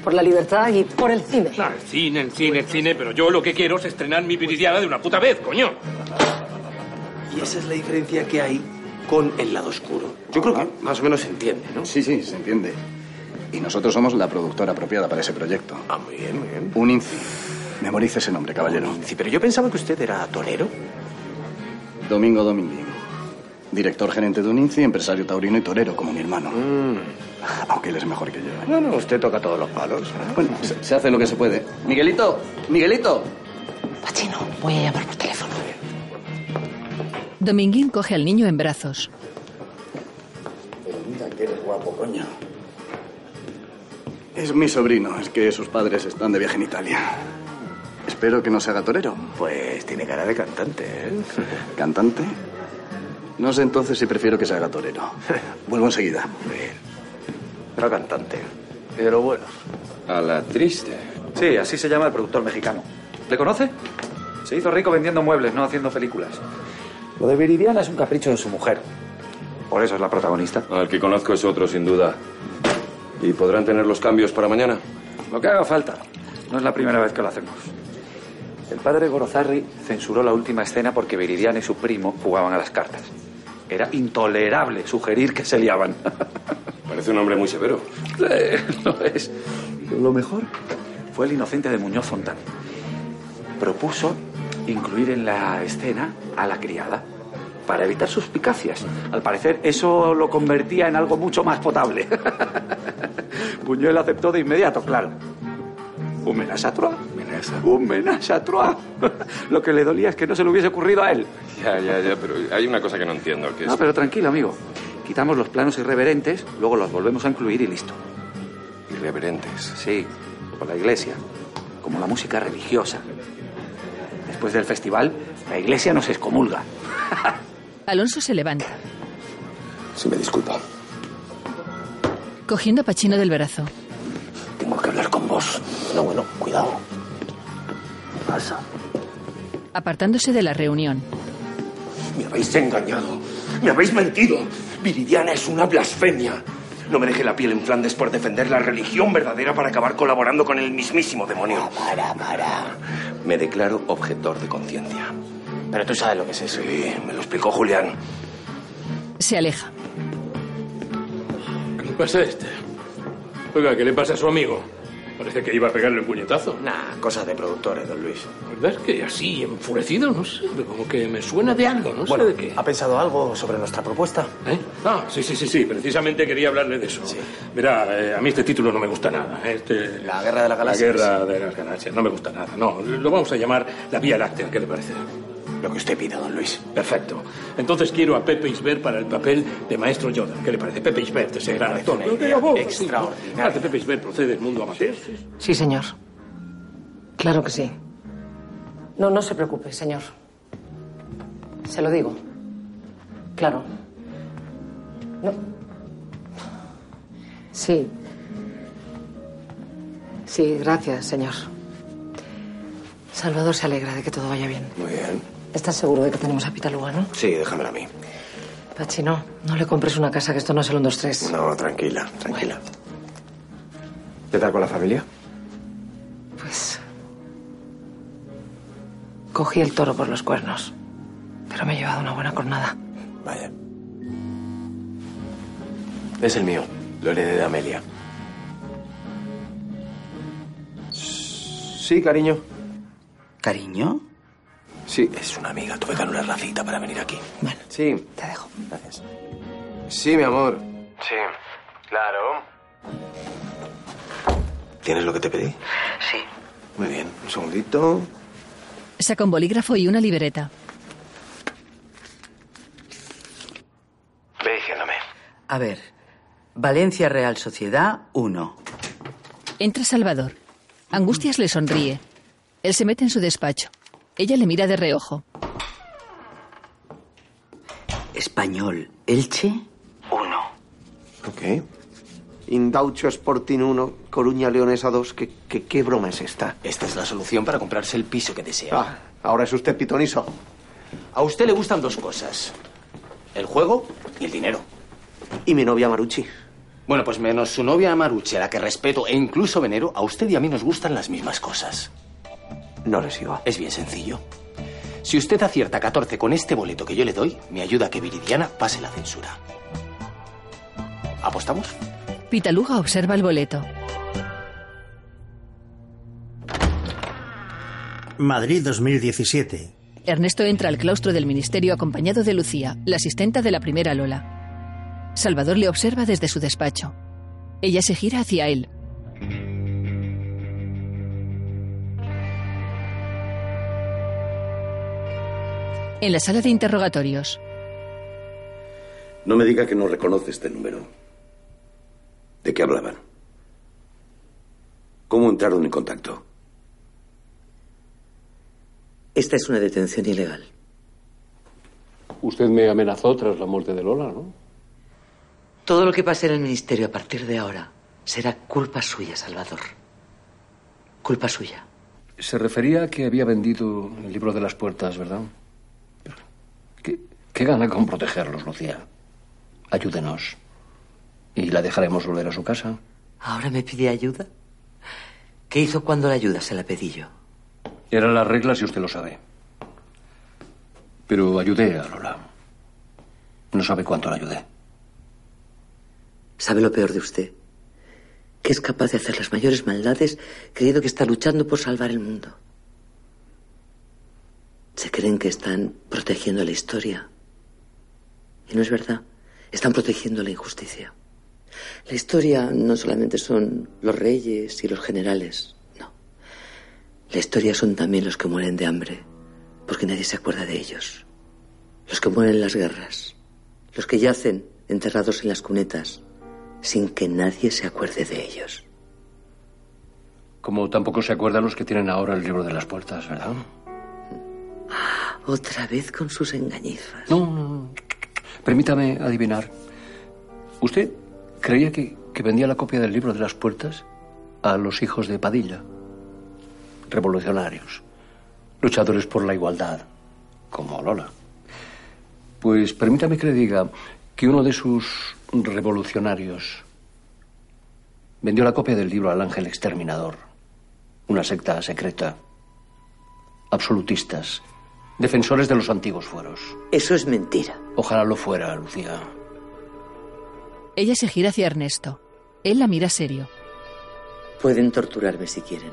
Speaker 5: por la libertad y por el cine.
Speaker 10: El cine, el cine, el cine, pero yo lo que quiero es estrenar mi viridiana de una puta vez, coño.
Speaker 37: Y esa es la diferencia que hay con el lado oscuro.
Speaker 20: Yo creo que más o menos se entiende, ¿no? Sí, sí, se entiende. Y nosotros somos la productora apropiada para ese proyecto. Ah, muy bien, muy bien. Un INCI. Memorice ese nombre, caballero. Sí, pero yo pensaba que usted era torero. Domingo Dominguín. Director gerente de un INCI, empresario taurino y torero, como mi hermano. Aunque él es mejor que yo. ¿eh?
Speaker 37: No, no, usted toca todos los palos.
Speaker 20: Bueno, se, se hace lo que se puede. Miguelito, Miguelito.
Speaker 5: Voy a llamar por teléfono.
Speaker 1: Dominguín coge al niño en brazos.
Speaker 20: Pero mira que eres guapo, coño. Es mi sobrino, es que sus padres están de viaje en Italia. Espero que no se haga torero. Pues tiene cara de cantante, ¿eh? ¿Cantante? No sé entonces si prefiero que se haga torero. Vuelvo enseguida.
Speaker 37: Era cantante. Y de lo bueno.
Speaker 20: A la triste.
Speaker 38: Sí, así se llama el productor mexicano. ¿Le conoce? Se hizo rico vendiendo muebles, no haciendo películas. Lo de Viridiana es un capricho de su mujer. Por eso es la protagonista.
Speaker 22: Al que conozco es otro, sin duda. ¿Y podrán tener los cambios para mañana?
Speaker 38: Lo que haga falta. No es la primera vez que lo hacemos. El padre Gorozarri censuró la última escena porque Viridiana y su primo jugaban a las cartas. Era intolerable sugerir que se liaban.
Speaker 22: Parece un hombre muy severo.
Speaker 38: Eh, no es. Lo mejor fue el inocente de Muñoz Fontán. Propuso
Speaker 13: incluir en la escena a la criada para evitar suspicacias. Al parecer eso lo convertía en algo mucho más potable. Buñuel aceptó de inmediato, claro. Un menage à trois. Un menage à trois. Lo que le dolía es que no se le hubiese ocurrido a él.
Speaker 29: Ya, ya, ya, pero hay una cosa que no entiendo, que es...
Speaker 13: No, pero tranquilo, amigo. Quitamos los planos irreverentes, luego los volvemos a incluir y listo. ¿Irreverentes? Sí, por la iglesia, como la música religiosa. Después del festival, la iglesia nos excomulga.
Speaker 1: Alonso se levanta,
Speaker 29: Si me disculpa,
Speaker 1: cogiendo a Pachino del brazo.
Speaker 29: tengo que hablar con vos.
Speaker 20: No, bueno, cuidado.
Speaker 29: Pasa.
Speaker 1: Apartándose de la reunión,
Speaker 29: Me habéis engañado. Me habéis mentido. Viridiana es una blasfemia. No me deje la piel en Flandes por defender la religión verdadera para acabar colaborando con el mismísimo demonio. Para, para. Me declaro objetor de conciencia. Pero tú sabes lo que es eso. Sí, me lo explicó Julián.
Speaker 1: se aleja.
Speaker 10: ¿Qué pasa a este? Oiga, ¿qué le pasa a su amigo? Parece que iba a pegarle un puñetazo. Nah, cosas de productores, don Luis. ¿Verdad es que así, enfurecido, no sé, como que me suena de algo, no
Speaker 20: Bueno,
Speaker 10: sé de qué?
Speaker 20: ¿ha pensado algo sobre nuestra propuesta?
Speaker 10: ¿Eh? Ah, sí, sí, sí, sí, precisamente quería hablarle de eso. Verá, eh, a mí este título no me gusta nada. ¿eh? Este-
Speaker 20: La Guerra de las Galaxias.
Speaker 10: La Guerra de las Galaxias, no me gusta nada. No, lo vamos a llamar la Vía Láctea, ¿qué le parece? Lo que usted pida, don Luis. Perfecto. Entonces quiero a Pepe Isbert para el papel de Maestro Yoda. ¿Qué le parece? Pepe Isbert, ese gran actor. Extraordinario. Aparte, Pepe Isbert procede del mundo amateur.
Speaker 5: Sí, señor. Claro que sí. No, no se preocupe, señor. Se lo digo. Claro. No. Sí. Sí, gracias, señor. Salvador se alegra de que todo vaya bien.
Speaker 8: Muy bien.
Speaker 5: ¿Estás seguro de que tenemos a Pita Lugano?
Speaker 8: Sí, déjamela a mí.
Speaker 5: Pachino, no le compres una casa, que esto no es el 1-2-3.
Speaker 8: No, tranquila, tranquila. ¿Qué tal con la familia?
Speaker 5: Pues. Cogí el toro por los cuernos. Pero me he llevado una buena cornada.
Speaker 20: Vaya. Es el mío. Lo heredé de Amelia.
Speaker 8: Sí, cariño.
Speaker 20: ¿Cariño?
Speaker 8: Sí. Es una amiga, tuve que anular la cita para venir aquí.
Speaker 5: Bueno.
Speaker 8: Sí. Te dejo. Gracias. Sí, mi amor.
Speaker 20: Sí, claro.
Speaker 8: ¿Tienes lo que te pedí? Sí. Muy bien, un segundito.
Speaker 1: Saca un bolígrafo y una libreta.
Speaker 8: Ve diciéndome.
Speaker 33: A ver, Valencia Real Sociedad 1.
Speaker 1: Entra Salvador. Angustias le sonríe. Él se mete en su despacho. Ella le mira de reojo.
Speaker 33: Español Elche.
Speaker 8: Ok.
Speaker 24: Indaucho Sporting 1, Coruña Leonesa 2. ¿Qué, qué, qué broma es esta?
Speaker 20: Esta es la solución para comprarse el piso que desea.
Speaker 24: Ah, ahora es usted pitoniso.
Speaker 20: A usted le gustan dos cosas. El juego y el dinero.
Speaker 24: Y mi novia Marucci.
Speaker 20: Bueno, pues menos su novia Maruche, a la que respeto e incluso venero, a usted y a mí nos gustan las mismas cosas.
Speaker 24: No les iba.
Speaker 20: Es bien sencillo. Si usted acierta 14 con este boleto que yo le doy, me ayuda a que Viridiana pase la censura. ¿Apostamos?
Speaker 1: Pitaluga observa el boleto.
Speaker 14: Madrid 2017.
Speaker 1: Ernesto entra al claustro del ministerio acompañado de Lucía, la asistenta de la primera Lola. Salvador le observa desde su despacho. Ella se gira hacia él. En la sala de interrogatorios,
Speaker 3: No me diga que no reconoce este número. ¿De qué hablaban? ¿Cómo entraron en contacto?
Speaker 33: Esta es una detención ilegal.
Speaker 4: Usted me amenazó tras la muerte de Lola, ¿no?
Speaker 33: Todo lo que pase en el ministerio a partir de ahora será culpa suya, Salvador. Culpa suya.
Speaker 4: Se refería a que había vendido el libro de las puertas, ¿verdad? Pero, ¿Qué, qué gana con protegerlos, Lucía? Ayúdenos. Y la dejaremos volver a su casa.
Speaker 33: ¿Ahora me pide ayuda? ¿Qué hizo cuando la ayuda se la pedí yo?
Speaker 4: Eran las reglas y usted lo sabe. Pero ayudé a Lola. No sabe cuánto la ayudé.
Speaker 33: ¿Sabe lo peor de usted? Que es capaz de hacer las mayores maldades creyendo que está luchando por salvar el mundo. creen que están protegiendo la historia. Y no es verdad. Están protegiendo la injusticia. La historia no solamente son los reyes y los generales, no. La historia son también los que mueren de hambre, porque nadie se acuerda de ellos. Los que mueren en las guerras, los que yacen enterrados en las cunetas, sin que nadie se acuerde de ellos.
Speaker 4: Como tampoco se acuerdan los que tienen ahora el libro de las puertas, ¿verdad?
Speaker 33: Otra vez con sus engañifas.
Speaker 4: No, no, no. Permítame adivinar. ¿Usted creía que, que vendía la copia del libro de las puertas a los hijos de Padilla? Revolucionarios, luchadores por la igualdad, como Lola. Pues permítame que le diga que uno de sus revolucionarios vendió la copia del libro al ángel exterminador, una secta secreta, absolutistas, defensores de los antiguos fueros.
Speaker 33: Eso es mentira.
Speaker 4: Ojalá lo fuera, Lucía.
Speaker 1: Ella se gira hacia Ernesto. Él la mira serio.
Speaker 33: Pueden torturarme si quieren,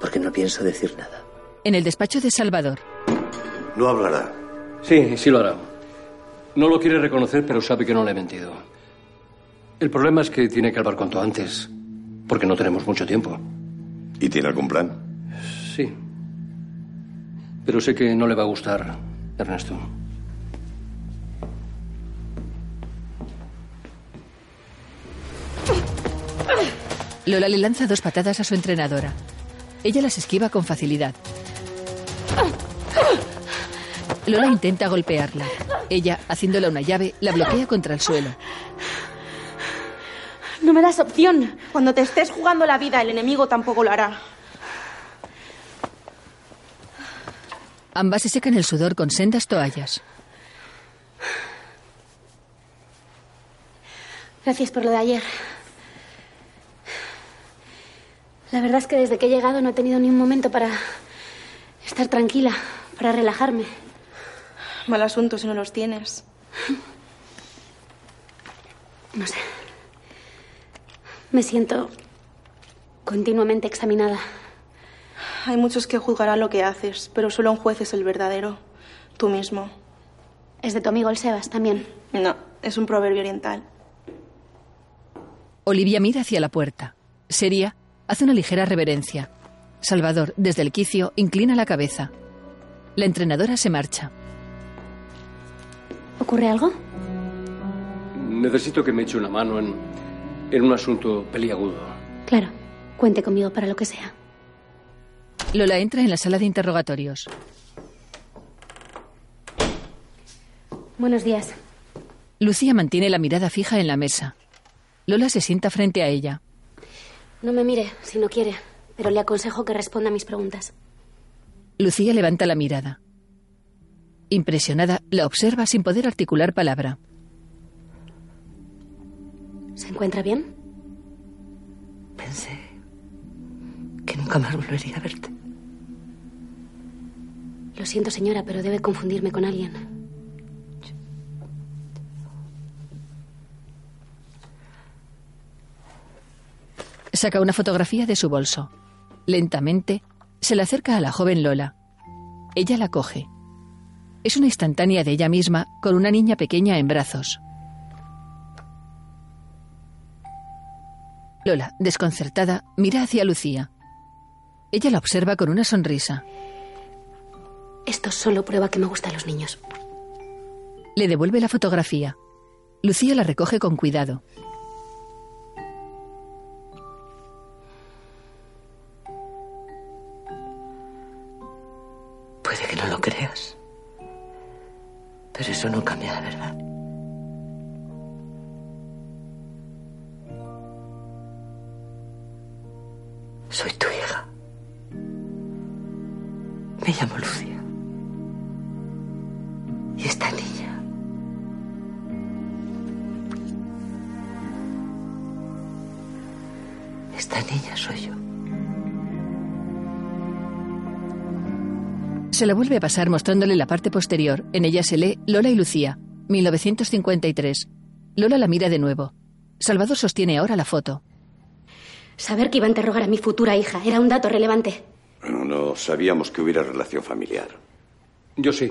Speaker 33: porque no pienso decir nada.
Speaker 1: En el despacho de Salvador,
Speaker 4: No hablará. Sí, sí lo hará. No lo quiere reconocer, pero sabe que no le he mentido. El problema es que tiene que hablar cuanto antes, porque no tenemos mucho tiempo.
Speaker 22: ¿Y tiene algún plan?
Speaker 4: Sí. Pero sé que no le va a gustar, Ernesto.
Speaker 1: Lola le lanza dos patadas a su entrenadora. Ella las esquiva con facilidad. Lola intenta golpearla. Ella, haciéndola una llave, la bloquea contra el suelo.
Speaker 26: No me das opción. Cuando te estés jugando la vida, el enemigo tampoco lo hará.
Speaker 1: Ambas se secan el sudor con sendas toallas.
Speaker 7: Gracias por lo de ayer. La verdad es que desde que he llegado no he tenido ni un momento para estar tranquila, para relajarme.
Speaker 26: Mal asunto si no los tienes.
Speaker 7: No sé. Me siento continuamente examinada.
Speaker 26: Hay muchos que juzgarán lo que haces, pero solo un juez es el verdadero. Tú mismo.
Speaker 7: Es de tu amigo el Sebas también.
Speaker 26: No, es un proverbio oriental.
Speaker 1: Olivia mira hacia la puerta. Seria hace una ligera reverencia. Salvador, desde el quicio, inclina la cabeza. La entrenadora se marcha.
Speaker 7: ¿Ocurre algo?
Speaker 4: Necesito que me eche una mano en, en un asunto peliagudo.
Speaker 7: Claro. Cuente conmigo para lo que sea.
Speaker 1: Lola entra en la sala de interrogatorios.
Speaker 7: Buenos días.
Speaker 1: Lucía mantiene la mirada fija en la mesa. Lola se sienta frente a ella.
Speaker 7: No me mire si no quiere, pero le aconsejo que responda a mis preguntas.
Speaker 1: Lucía levanta la mirada. Impresionada, la observa sin poder articular palabra.
Speaker 7: ¿Se encuentra bien?
Speaker 33: Pensé que nunca más volvería a verte.
Speaker 7: Lo siento, señora, pero debe confundirme con alguien.
Speaker 1: Saca una fotografía de su bolso. Lentamente, se la acerca a la joven Lola. Ella la coge. Es una instantánea de ella misma con una niña pequeña en brazos. Lola, desconcertada, mira hacia Lucía. Ella la observa con una sonrisa.
Speaker 7: Esto solo prueba que me gustan los niños.
Speaker 1: Le devuelve la fotografía. Lucía la recoge con cuidado.
Speaker 33: Puede que no lo creas. Pero eso no cambia la verdad. Soy tu hija. Me llamo Lucía. Y esta niña. Esta niña soy yo.
Speaker 1: Se la vuelve a pasar mostrándole la parte posterior. En ella se lee Lola y Lucía, 1953. Lola la mira de nuevo. Salvador sostiene ahora la foto.
Speaker 7: Saber que iba a interrogar a mi futura hija era un dato relevante.
Speaker 3: Bueno, no sabíamos que hubiera relación familiar.
Speaker 4: Yo sí.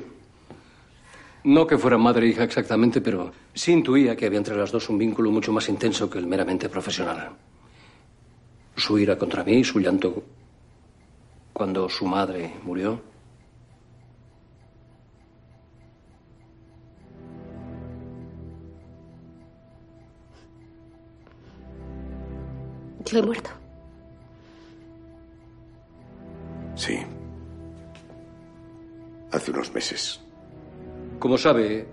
Speaker 4: No que fueran madre e hija exactamente, pero sí intuía que había entre las dos un vínculo mucho más intenso que el meramente profesional. Su ira contra mí, su llanto cuando su madre murió.
Speaker 7: Yo he muerto.
Speaker 3: Sí. Hace unos meses.
Speaker 4: Como sabe,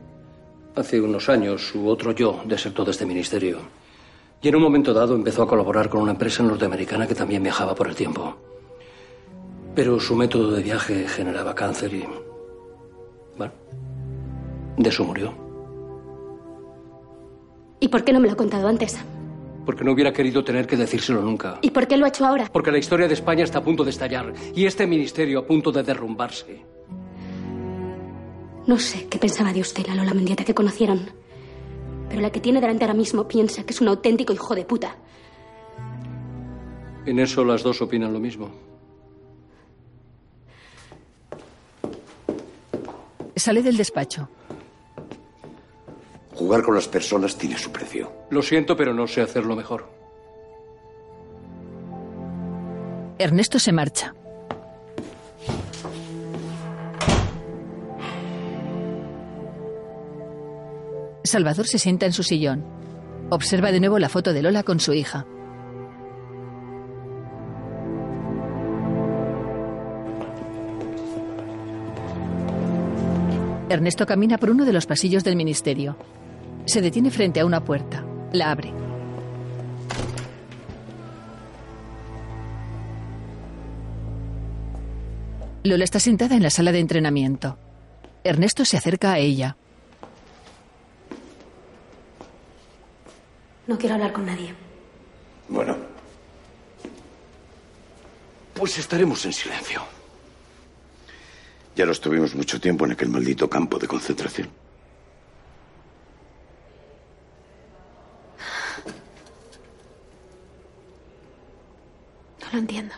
Speaker 4: hace unos años su otro yo desertó de este ministerio. Y en un momento dado empezó a colaborar con una empresa norteamericana que también viajaba por el tiempo. Pero su método de viaje generaba cáncer y. Bueno. De eso murió.
Speaker 7: ¿Y por qué no me lo ha contado antes?
Speaker 4: Porque no hubiera querido tener que decírselo nunca.
Speaker 7: ¿Y por qué lo ha hecho ahora?
Speaker 4: Porque la historia de España está a punto de estallar y este ministerio a punto de derrumbarse.
Speaker 7: No sé qué pensaba de usted, la Lola Mendieta que conocieron. Pero la que tiene delante ahora mismo piensa que es un auténtico hijo de puta.
Speaker 4: En eso las dos opinan lo mismo.
Speaker 1: Sale del despacho.
Speaker 3: Jugar con las personas tiene su precio.
Speaker 4: Lo siento, pero no sé hacerlo mejor.
Speaker 1: Ernesto se marcha. Salvador se sienta en su sillón. Observa de nuevo la foto de Lola con su hija. Ernesto camina por uno de los pasillos del ministerio. Se detiene frente a una puerta. La abre. Lola está sentada en la sala de entrenamiento. Ernesto se acerca a ella.
Speaker 7: No quiero hablar con nadie.
Speaker 3: Bueno. Pues estaremos en silencio. Ya lo estuvimos mucho tiempo en aquel maldito campo de concentración.
Speaker 39: No lo entiendo.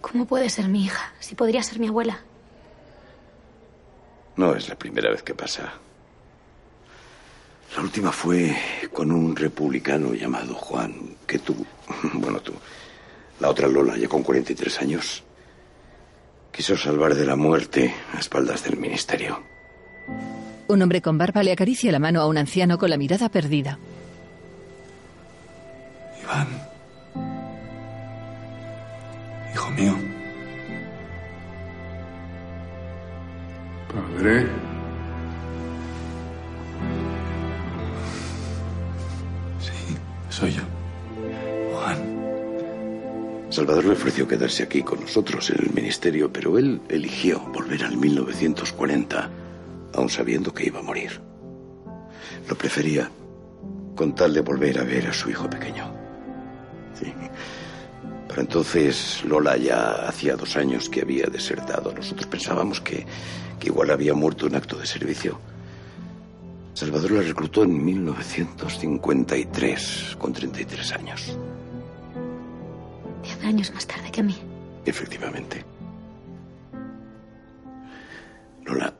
Speaker 39: ¿Cómo puede ser mi hija si podría ser mi abuela?
Speaker 3: No es la primera vez que pasa. La última fue con un republicano llamado Juan, que tú, bueno tú, la otra Lola, ya con 43 años, quiso salvar de la muerte a espaldas del ministerio.
Speaker 1: Un hombre con barba le acaricia la mano a un anciano con la mirada perdida.
Speaker 40: Iván. Hijo mío. Padre.
Speaker 3: Sí, soy yo. Juan. Salvador le ofreció quedarse aquí con nosotros en el ministerio, pero él eligió volver al 1940, aun sabiendo que iba a morir. Lo prefería con tal de volver a ver a su hijo pequeño. Sí. Para entonces Lola ya hacía dos años que había desertado. Nosotros pensábamos que, que igual había muerto en acto de servicio. Salvador la reclutó en 1953, con 33 años.
Speaker 39: Diez años más tarde que a mí.
Speaker 3: Efectivamente. Lola,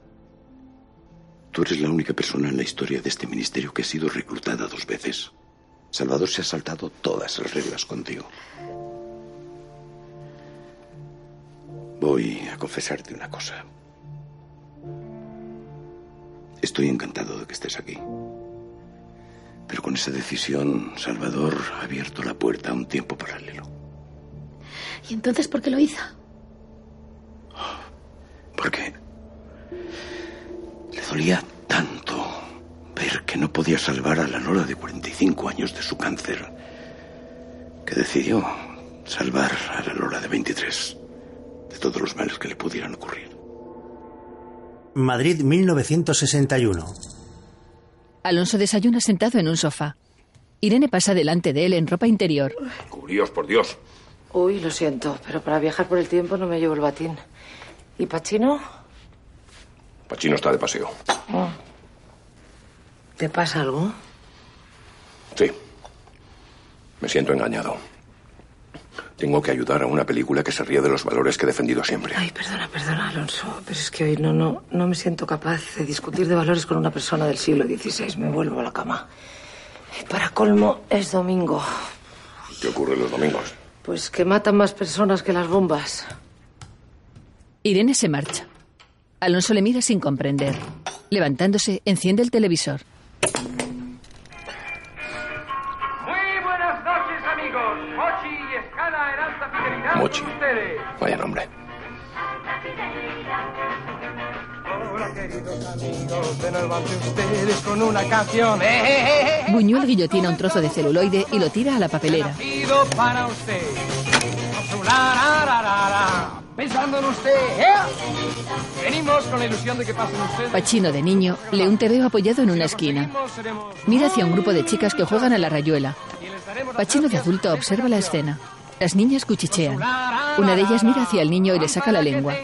Speaker 3: tú eres la única persona en la historia de este ministerio que ha sido reclutada dos veces. Salvador se ha saltado todas las reglas contigo. Voy a confesarte una cosa. Estoy encantado de que estés aquí. Pero con esa decisión, Salvador ha abierto la puerta a un tiempo paralelo.
Speaker 39: ¿Y entonces por qué lo hizo?
Speaker 3: Porque le dolía tanto ver que no podía salvar a la Lola de 45 años de su cáncer, que decidió salvar a la Lola de 23 de todos los males que le pudieran ocurrir.
Speaker 14: Madrid 1961.
Speaker 1: Alonso desayuna sentado en un sofá. Irene pasa delante de él en ropa interior.
Speaker 5: Dios, por Dios. Uy, lo siento, pero para viajar por el tiempo no me llevo el batín. ¿Y Pachino?
Speaker 40: Pachino está de paseo.
Speaker 5: Oh. ¿Te pasa algo?
Speaker 40: Me siento engañado.
Speaker 22: Tengo que ayudar a una película que se ríe de los valores que he defendido siempre.
Speaker 5: Ay, perdona, perdona, Alonso, pero es que hoy no, no, no me siento capaz de discutir de valores con una persona del siglo XVI. Me vuelvo a la cama. Y para colmo, es domingo.
Speaker 22: ¿Qué ocurre los domingos?
Speaker 5: Pues que matan más personas que las bombas.
Speaker 1: Irene se marcha. Alonso le mira sin comprender. Levantándose, enciende el televisor.
Speaker 2: Muy buenas noches, amigos. Mochi y Escala en alta fidelidad. con
Speaker 22: Mochi.
Speaker 2: ustedes.
Speaker 22: Vaya nombre.
Speaker 2: Hola, queridos amigos de nuevo ante ustedes con una canción. ¡Eh, eh, eh, eh!
Speaker 1: Buñuel guillotina un trozo de celuloide y lo tira a la papelera.
Speaker 2: Nacido para usted. Con su la, la, la, la, la. Pensando en usted. ¡eh! Venimos con la ilusión de que pasen ustedes.
Speaker 1: Pachino de niño lee un tebeo apoyado en una esquina.
Speaker 2: Seremos-
Speaker 1: Mira hacia un grupo de chicas que juegan a la rayuela. Pachino de adulto observa la escena. Las niñas cuchichean. Una de ellas mira hacia el niño y le saca la lengua.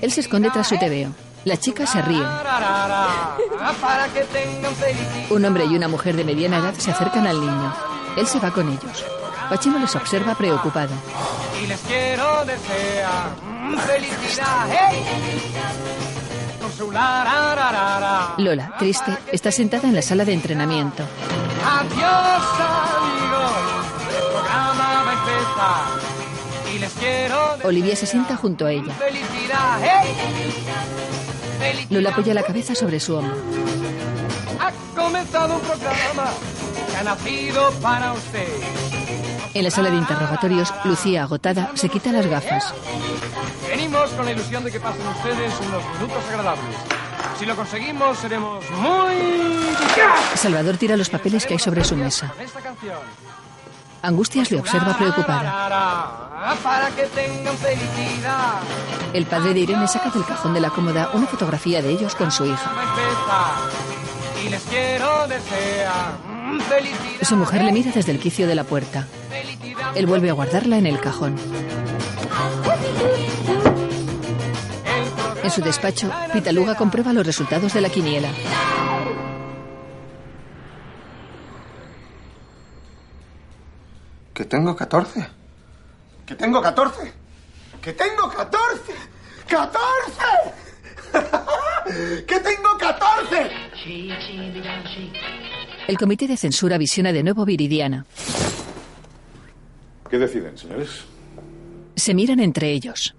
Speaker 1: Él se esconde tras su tebeo. Las chicas se ríen.
Speaker 2: Ah, para que tengan felicidad.
Speaker 1: Un hombre y una mujer de mediana edad se acercan al niño. Él se va con ellos. Pachino les observa preocupado.
Speaker 2: Y les quiero desear mm, felicidad. ¿eh? ¡Hey! Con su la, la, la, la, la.
Speaker 1: Lola, triste, está sentada en la sala de entrenamiento.
Speaker 2: Adiós, amigos. El programa va a empezar. Y les quiero desear
Speaker 1: Olivia se sienta junto a ella.
Speaker 2: felicidad. ¡Hey! Felicidad.
Speaker 1: Lola apoya la cabeza sobre su hombro.
Speaker 2: Ha comenzado un programa que ha nacido para usted.
Speaker 1: En la sala de interrogatorios, Lucía, agotada, se quita las gafas.
Speaker 2: Venimos con la ilusión de que pasen ustedes unos minutos agradables. Si lo conseguimos, seremos muy...
Speaker 1: Salvador tira los papeles que hay sobre su mesa.
Speaker 2: Esta canción.
Speaker 1: Angustias le observa preocupada.
Speaker 2: Ah, Para que tengan felicidad.
Speaker 1: El padre de Irene saca del cajón de la cómoda una fotografía de ellos con su hija.
Speaker 2: Va a empezar. Y les quiero desear mm, felicidad.
Speaker 1: Su mujer le mira desde el quicio de la puerta. Él vuelve a guardarla en el cajón. En su despacho, Pitaluga comprueba los resultados de la quiniela.
Speaker 24: Que tengo 14. Que tengo 14. Que tengo 14. 14. que tengo 14.
Speaker 1: El comité de censura visiona de nuevo Viridiana.
Speaker 16: ¿Qué deciden, señores?
Speaker 1: Se miran entre ellos.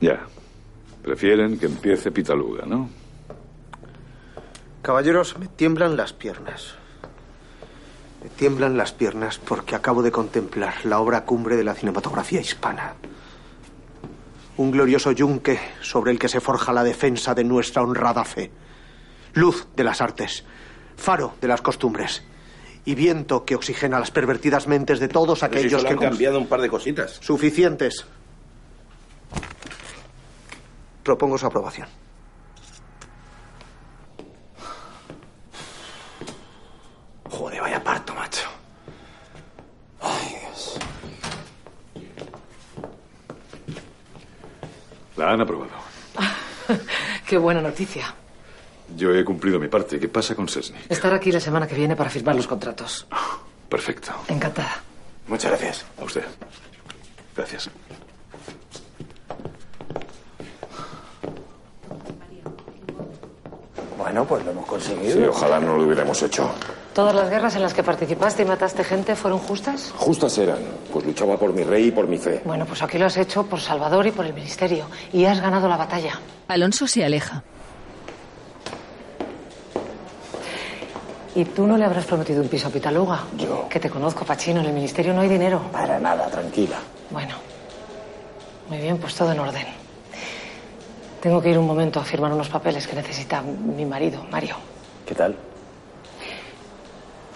Speaker 16: Ya. Prefieren que empiece Pitaluga, ¿no?
Speaker 24: Caballeros, me tiemblan las piernas. Me tiemblan las piernas porque acabo de contemplar la obra cumbre de la cinematografía hispana. Un glorioso yunque sobre el que se forja la defensa de nuestra honrada fe. Luz de las artes, faro de las costumbres y viento que oxigena las pervertidas mentes de todos
Speaker 8: Pero si
Speaker 24: aquellos
Speaker 8: solo
Speaker 24: que...
Speaker 8: han cambiado un par de cositas.
Speaker 24: Suficientes. Propongo su aprobación.
Speaker 8: Joder, vaya parto, macho. Ay, Dios.
Speaker 16: La han aprobado.
Speaker 5: Qué buena noticia.
Speaker 16: Yo he cumplido mi parte. ¿Qué pasa con Sesni?
Speaker 5: Estar aquí la semana que viene para firmar los contratos.
Speaker 22: Ah.
Speaker 16: Perfecto.
Speaker 5: Encantada.
Speaker 16: Muchas gracias. A usted. Gracias.
Speaker 12: Bueno, pues lo hemos conseguido.
Speaker 22: Sí, ojalá no lo hubiéramos hecho.
Speaker 5: ¿Todas las guerras en las que participaste y mataste gente fueron justas?
Speaker 22: Justas eran, pues luchaba por mi rey y por mi fe.
Speaker 5: Bueno, pues aquí lo has hecho por Salvador y por el Ministerio. Y has ganado la batalla.
Speaker 1: Alonso se aleja.
Speaker 5: ¿Y tú no le habrás prometido un piso a Pitaluga? Yo. Que te conozco, Pachino. En el Ministerio no hay dinero.
Speaker 12: Para nada, tranquila.
Speaker 5: Bueno. Muy bien, pues todo en orden. Tengo que ir un momento a firmar unos papeles que necesita mi marido, Mario.
Speaker 12: ¿Qué tal?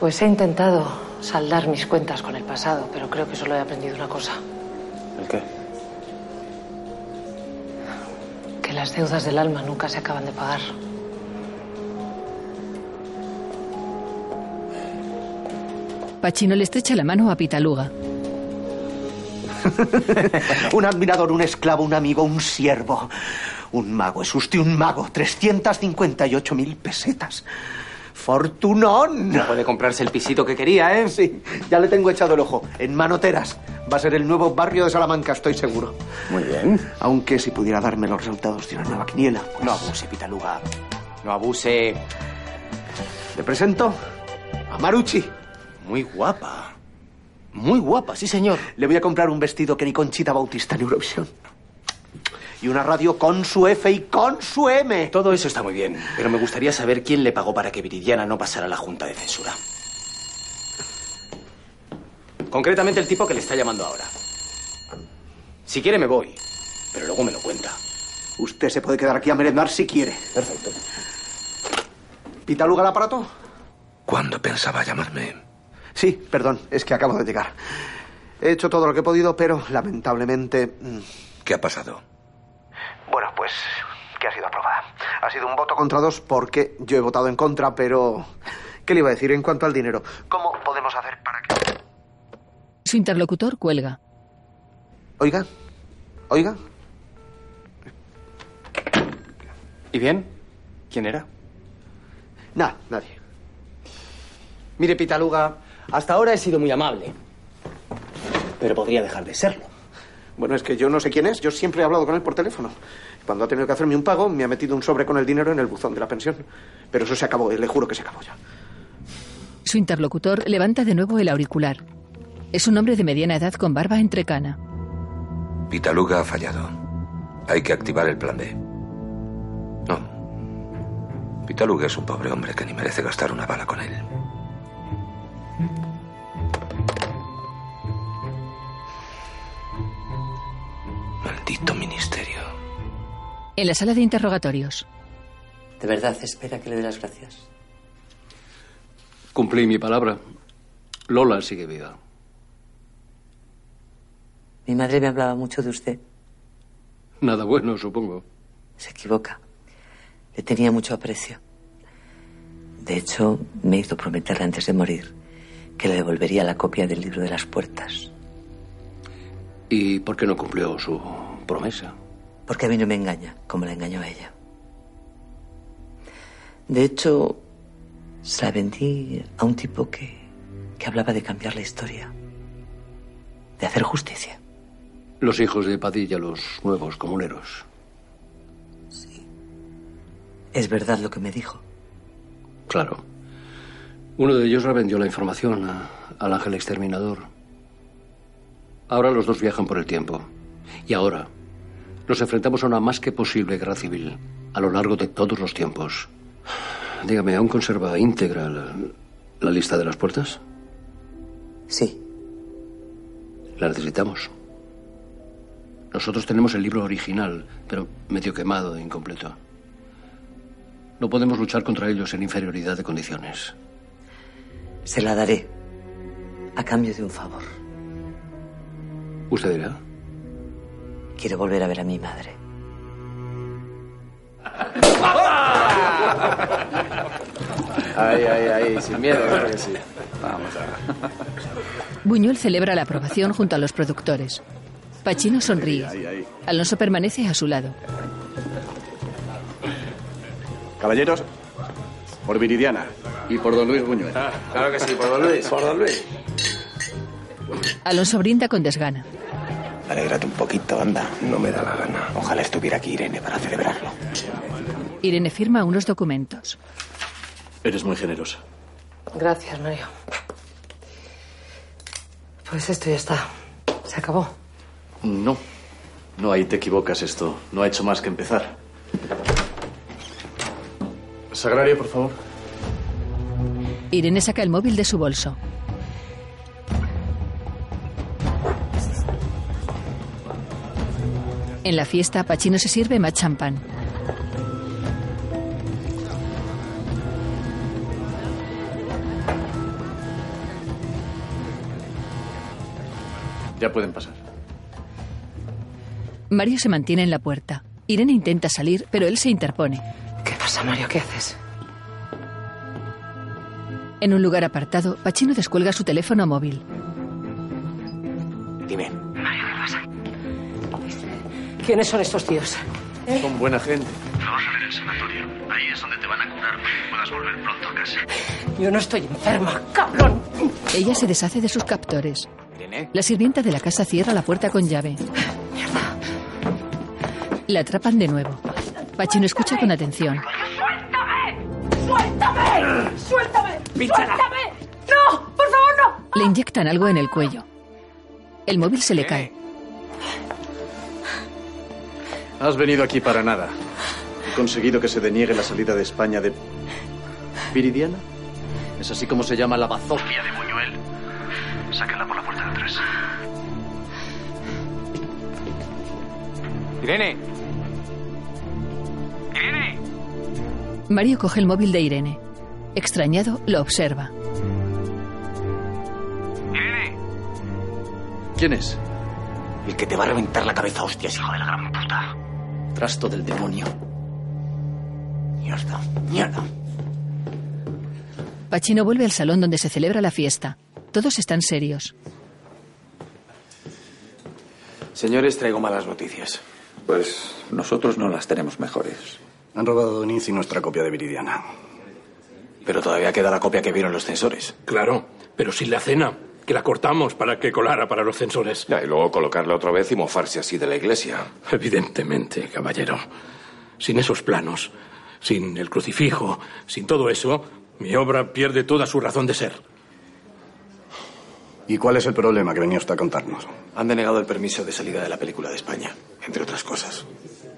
Speaker 5: Pues he intentado saldar mis cuentas con el pasado, pero creo que solo he aprendido una cosa.
Speaker 12: ¿El qué?
Speaker 5: Que las deudas del alma nunca se acaban de pagar.
Speaker 1: Pachino le estrecha la mano a Pitaluga.
Speaker 24: un admirador, un esclavo, un amigo, un siervo. Un mago, es usted un mago. 358.000 pesetas. ¡Fortunón!
Speaker 41: Puede comprarse el pisito que quería, ¿eh?
Speaker 24: Sí, ya le tengo echado el ojo. En Manoteras. Va a ser el nuevo barrio de Salamanca, estoy seguro.
Speaker 41: Muy bien.
Speaker 24: Aunque si pudiera darme los resultados de una nueva quiniela. pues
Speaker 41: No abuse, Pitaluga. No abuse.
Speaker 24: Le presento a Maruchi.
Speaker 41: Muy guapa. Muy guapa, sí, señor.
Speaker 24: Le voy a comprar un vestido que ni Conchita Bautista en Eurovisión. Y una radio con su F y con su M.
Speaker 41: Todo eso está muy bien, pero me gustaría saber quién le pagó para que Viridiana no pasara a la Junta de Censura. Concretamente el tipo que le está llamando ahora. Si quiere me voy, pero luego me lo cuenta.
Speaker 24: Usted se puede quedar aquí a merendar si quiere.
Speaker 41: Perfecto.
Speaker 24: ¿Pitaluga el aparato?
Speaker 40: ¿Cuándo pensaba llamarme?
Speaker 24: Sí, perdón, es que acabo de llegar. He hecho todo lo que he podido, pero lamentablemente... mm,
Speaker 40: ¿Qué ha pasado?
Speaker 24: Bueno, pues que ha sido aprobada. Ha sido un voto contra dos porque yo he votado en contra, pero... ¿Qué le iba a decir en cuanto al dinero? ¿Cómo podemos hacer para que...
Speaker 1: Su interlocutor cuelga.
Speaker 24: Oiga, oiga,
Speaker 41: ¿Y bien? ¿Quién era?
Speaker 24: Nada, nadie.
Speaker 41: Mire, Pitaluga, hasta ahora he sido muy amable. Pero podría dejar de serlo.
Speaker 24: Bueno, es que yo no sé quién es, yo siempre he hablado con él por teléfono. Cuando ha tenido que hacerme un pago, me ha metido un sobre con el dinero en el buzón de la pensión. Pero eso se acabó, eh, le juro que se acabó ya.
Speaker 1: Su interlocutor levanta de nuevo el auricular. Es un hombre de mediana edad con barba entrecana.
Speaker 40: Pitaluga ha fallado. Hay que activar el plan B. No. Pitaluga es un pobre hombre que ni merece gastar una bala con él. Maldito ministerio.
Speaker 1: En la sala de interrogatorios.
Speaker 33: ¿De verdad espera que le dé las gracias?
Speaker 4: Cumplí mi palabra. Lola sigue viva.
Speaker 33: Mi madre me hablaba mucho de usted.
Speaker 4: Nada bueno, supongo.
Speaker 33: Se equivoca. Le tenía mucho aprecio. De hecho, me hizo prometerle antes de morir que le devolvería la copia del libro de las puertas.
Speaker 4: ¿Y por qué no cumplió su promesa?
Speaker 33: Porque a mí no me engaña como la engañó a ella. De hecho, se la vendí a un tipo que, que hablaba de cambiar la historia, de hacer justicia.
Speaker 4: Los hijos de Padilla, los nuevos comuneros.
Speaker 33: Es verdad lo que me dijo.
Speaker 4: Claro. Uno de ellos revendió la información a- al ángel exterminador. Ahora los dos viajan por el tiempo. Y ahora nos enfrentamos a una más que posible guerra civil a lo largo de todos los tiempos. Dígame, ¿aún conserva íntegra la, la lista de las puertas?
Speaker 33: Sí.
Speaker 4: La necesitamos. Nosotros tenemos el libro original, pero medio quemado e incompleto. No podemos luchar contra ellos en inferioridad de condiciones.
Speaker 33: Se la daré a cambio de un favor.
Speaker 4: ¿Usted dirá?
Speaker 33: Quiero volver a ver a mi madre.
Speaker 20: Ahí, ahí, ahí, sin miedo, claro que sí. Vamos a
Speaker 1: Buñuel celebra la aprobación junto a los productores. Pachino sonríe. Alonso permanece a su lado.
Speaker 37: Caballeros, por Viridiana. Y por don Luis Buñuel.
Speaker 20: Ah, Claro que sí, por don Luis. Por don Luis.
Speaker 1: Alonso brinda con desgana.
Speaker 37: Alégrate un poquito, anda. No me da la gana. Ojalá estuviera aquí Irene para celebrarlo.
Speaker 1: Irene firma unos documentos.
Speaker 37: Eres muy generosa.
Speaker 5: Gracias, Mario. Pues esto ya está. Se acabó.
Speaker 37: No. No, ahí te equivocas esto. No ha hecho más que empezar. Sagrario, por favor.
Speaker 1: Irene saca el móvil de su bolso. En la fiesta, Pachino se sirve más champán.
Speaker 37: Ya pueden pasar.
Speaker 1: Mario se mantiene en la puerta. Irene intenta salir, pero él se interpone.
Speaker 5: ¿Qué pasa, Mario? ¿Qué haces?
Speaker 1: En un lugar apartado, Pachino descuelga su teléfono móvil.
Speaker 37: Dime.
Speaker 5: Mario, ¿qué pasa? ¿Quiénes son estos tíos?
Speaker 37: Son buena gente. Vamos a
Speaker 29: del sanatorio. Ahí es donde te van a curar para que puedas volver pronto a casa.
Speaker 5: Yo no estoy enferma.
Speaker 1: Ella se deshace de sus captores. La sirvienta de la casa cierra la puerta con llave. La atrapan de nuevo. Pachino escucha con atención.
Speaker 13: ¡Suéltame! ¡Suéltame! ¡Suéltame! ¡No! ¡Por favor, no!
Speaker 1: Le inyectan algo en el cuello. El móvil se le cae.
Speaker 21: No has venido aquí para nada. He conseguido que se deniegue la salida de España de... ¿Viridiana? Es así como se llama la bazofia de Buñuel.
Speaker 29: Sácala por la puerta de atrás.
Speaker 13: Irene.
Speaker 1: Mario coge el móvil de Irene. Extrañado, lo observa.
Speaker 21: ¿Quién es? El que te va a reventar la cabeza, hostias, hijo de la gran puta. Trasto del demonio. Mierda, mierda.
Speaker 1: Pachino vuelve al salón donde se celebra la fiesta. Todos están serios.
Speaker 20: Señores, traigo malas noticias.
Speaker 37: Pues nosotros no las tenemos mejores. Han robado a Donis y nuestra copia de Viridiana.
Speaker 20: Pero todavía queda la copia que vieron los censores.
Speaker 10: Claro, pero sin la cena, que la cortamos para que colara para los censores.
Speaker 22: Ya, y luego colocarla otra vez y mofarse así de la iglesia.
Speaker 10: Evidentemente, caballero. Sin esos planos, sin el crucifijo, sin todo eso, mi obra pierde toda su razón de ser.
Speaker 37: ¿Y cuál es el problema que venía usted a contarnos?
Speaker 20: Han denegado el permiso de salida de la película de España, entre otras cosas.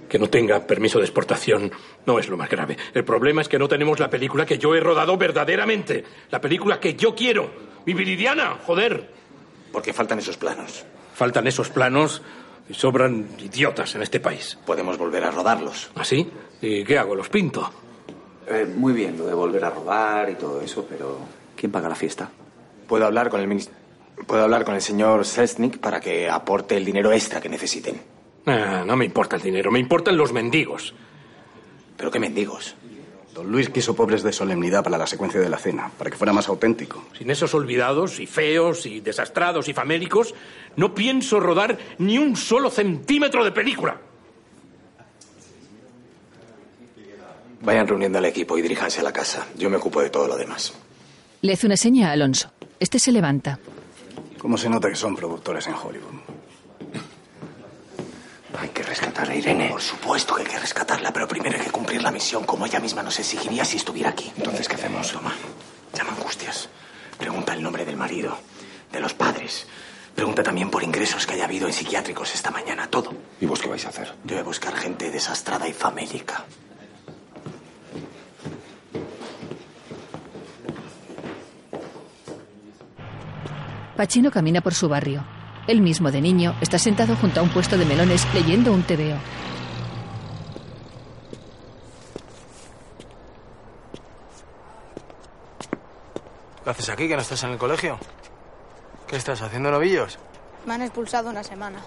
Speaker 10: Que no tenga permiso de exportación no es lo más grave. El problema es que no tenemos la película que yo he rodado verdaderamente. La película que yo quiero. Mi Viridiana, joder.
Speaker 20: Porque faltan esos planos.
Speaker 10: Faltan esos planos y sobran idiotas en este país. ¿Ah,
Speaker 20: Podemos volver a rodarlos.
Speaker 10: ¿Así? ¿Y qué hago? ¿Los pinto?
Speaker 37: Eh, muy bien, lo de volver a robar y todo eso, pero ¿quién paga la fiesta?
Speaker 20: Puedo hablar con el minis- Puedo hablar con el señor Selznick para que aporte el dinero extra que necesiten.
Speaker 10: Ah, no me importa el dinero, me importan los mendigos.
Speaker 20: ¿Pero qué mendigos?
Speaker 37: Don Luis quiso pobres de solemnidad para la secuencia de la cena, para que fuera más auténtico.
Speaker 10: Sin esos olvidados y feos y desastrados y famélicos, no pienso rodar ni un solo centímetro de película.
Speaker 20: Vayan reuniendo al equipo y diríjanse a la casa. Yo me ocupo de todo lo demás.
Speaker 1: Le hace una seña a Alonso. Este se levanta.
Speaker 37: ¿Cómo se nota que son productores en Hollywood?
Speaker 20: Hay que rescatar a Irene. Por supuesto que hay que rescatarla, pero primero hay que cumplir la misión, como ella misma nos exigiría si estuviera aquí. Entonces, ¿qué hacemos? Toma, llama a Angustias. Pregunta el nombre del marido, de los padres. Pregunta también por ingresos que haya habido en psiquiátricos esta mañana, todo.
Speaker 22: ¿Y vos qué vais a hacer?
Speaker 20: Yo voy a buscar gente desastrada y famélica.
Speaker 1: Pachino camina por su barrio. Él mismo, de niño, está sentado junto a un puesto de melones leyendo un tebeo.
Speaker 20: ¿Qué haces aquí, que no estás en el colegio? ¿Qué estás haciendo, novillos?
Speaker 23: Me han expulsado una semana.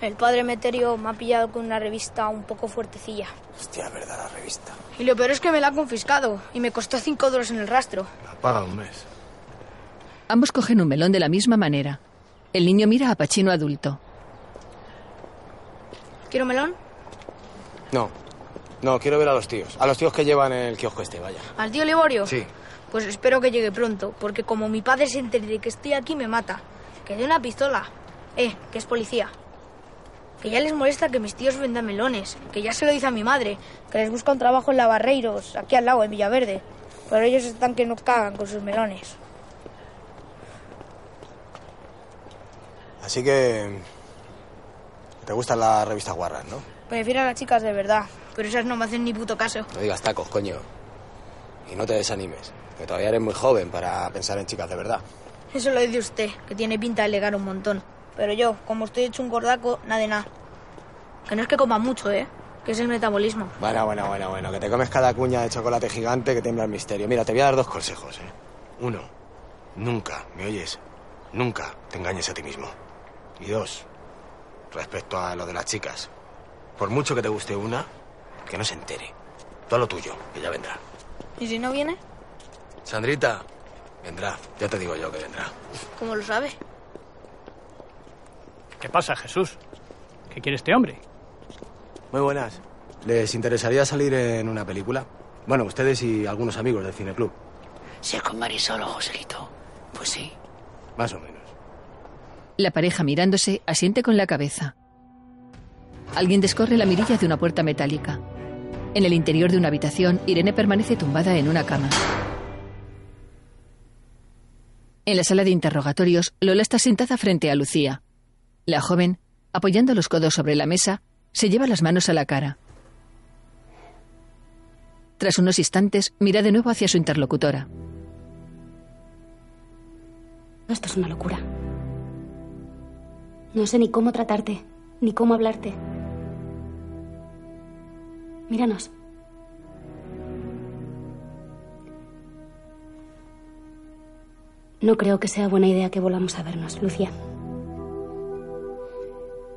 Speaker 23: El padre Meterio me ha pillado con una revista un poco fuertecilla.
Speaker 20: Hostia, verdad, la revista.
Speaker 23: Y lo peor es que me la han confiscado y me costó 5 dólares en el rastro.
Speaker 20: Paga un mes.
Speaker 1: Ambos cogen un melón de la misma manera. El niño mira a Pachino adulto.
Speaker 23: ¿Quiero melón?
Speaker 20: No. No, quiero ver a los tíos. A los tíos que llevan el kiosco este, vaya.
Speaker 23: ¿Al tío Liborio?
Speaker 20: Sí.
Speaker 23: Pues espero que llegue pronto, porque como mi padre se entere de que estoy aquí, me mata. Que dé una pistola. Eh, que es policía. Que ya les molesta que mis tíos vendan melones. Que ya se lo dice a mi madre. Que les busca un trabajo en Lavarreiros, aquí al lado, en Villaverde. Pero ellos están que no cagan con sus melones.
Speaker 20: Así que. ¿Te gustan las revistas guarras, no?
Speaker 23: Prefiero a las chicas de verdad, pero esas no me hacen ni puto caso.
Speaker 20: No digas tacos, coño. Y no te desanimes, que todavía eres muy joven para pensar en chicas de verdad.
Speaker 23: Eso lo dice usted, que tiene pinta de legar un montón. Pero yo, como estoy hecho un gordaco, nada de nada. Que no es que coma mucho, ¿eh? Que es el metabolismo.
Speaker 20: Bueno, bueno, bueno, bueno, que te comes cada cuña de chocolate gigante que tiembla el misterio. Mira, te voy a dar dos consejos, ¿eh? Uno, nunca, ¿me oyes? Nunca te engañes a ti mismo. Y dos, respecto a lo de las chicas, por mucho que te guste una, que no se entere. Tú a lo tuyo, que ya vendrá.
Speaker 23: ¿Y si no viene?
Speaker 20: Sandrita, vendrá, ya te digo yo que vendrá.
Speaker 23: ¿Cómo lo sabe?
Speaker 42: ¿Qué pasa, Jesús? ¿Qué quiere este hombre?
Speaker 20: Muy buenas. ¿Les interesaría salir en una película? Bueno, ustedes y algunos amigos del cineclub,
Speaker 39: Si es con Marisol o Joselito, pues sí.
Speaker 20: más o menos.
Speaker 1: La pareja mirándose asiente con la cabeza. Alguien descorre la mirilla de una puerta metálica. En el interior de una habitación, Irene permanece tumbada en una cama. En la sala de interrogatorios, Lola está sentada frente a Lucía. La joven, apoyando los codos sobre la mesa, se lleva las manos a la cara. Tras unos instantes, mira de nuevo hacia su interlocutora.
Speaker 3: Esto es una locura. No sé ni cómo tratarte, ni cómo hablarte. Míranos. No creo que sea buena idea que volvamos a vernos, Lucía.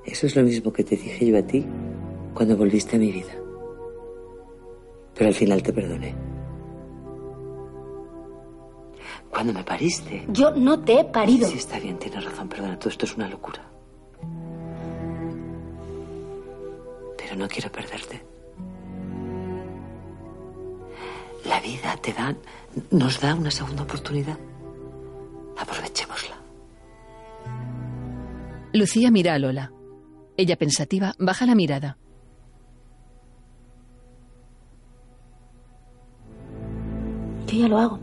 Speaker 33: Eso es lo mismo que te dije yo a ti cuando volviste a mi vida. Pero al final te perdoné. Cuando me pariste.
Speaker 3: Yo no te he parido.
Speaker 33: Sí, está bien, tienes razón, perdona, todo esto es una locura. Pero no quiero perderte. La vida te da, nos da una segunda oportunidad. Aprovechémosla.
Speaker 1: Lucía mira a Lola. Ella pensativa baja la mirada.
Speaker 3: Yo ya lo hago.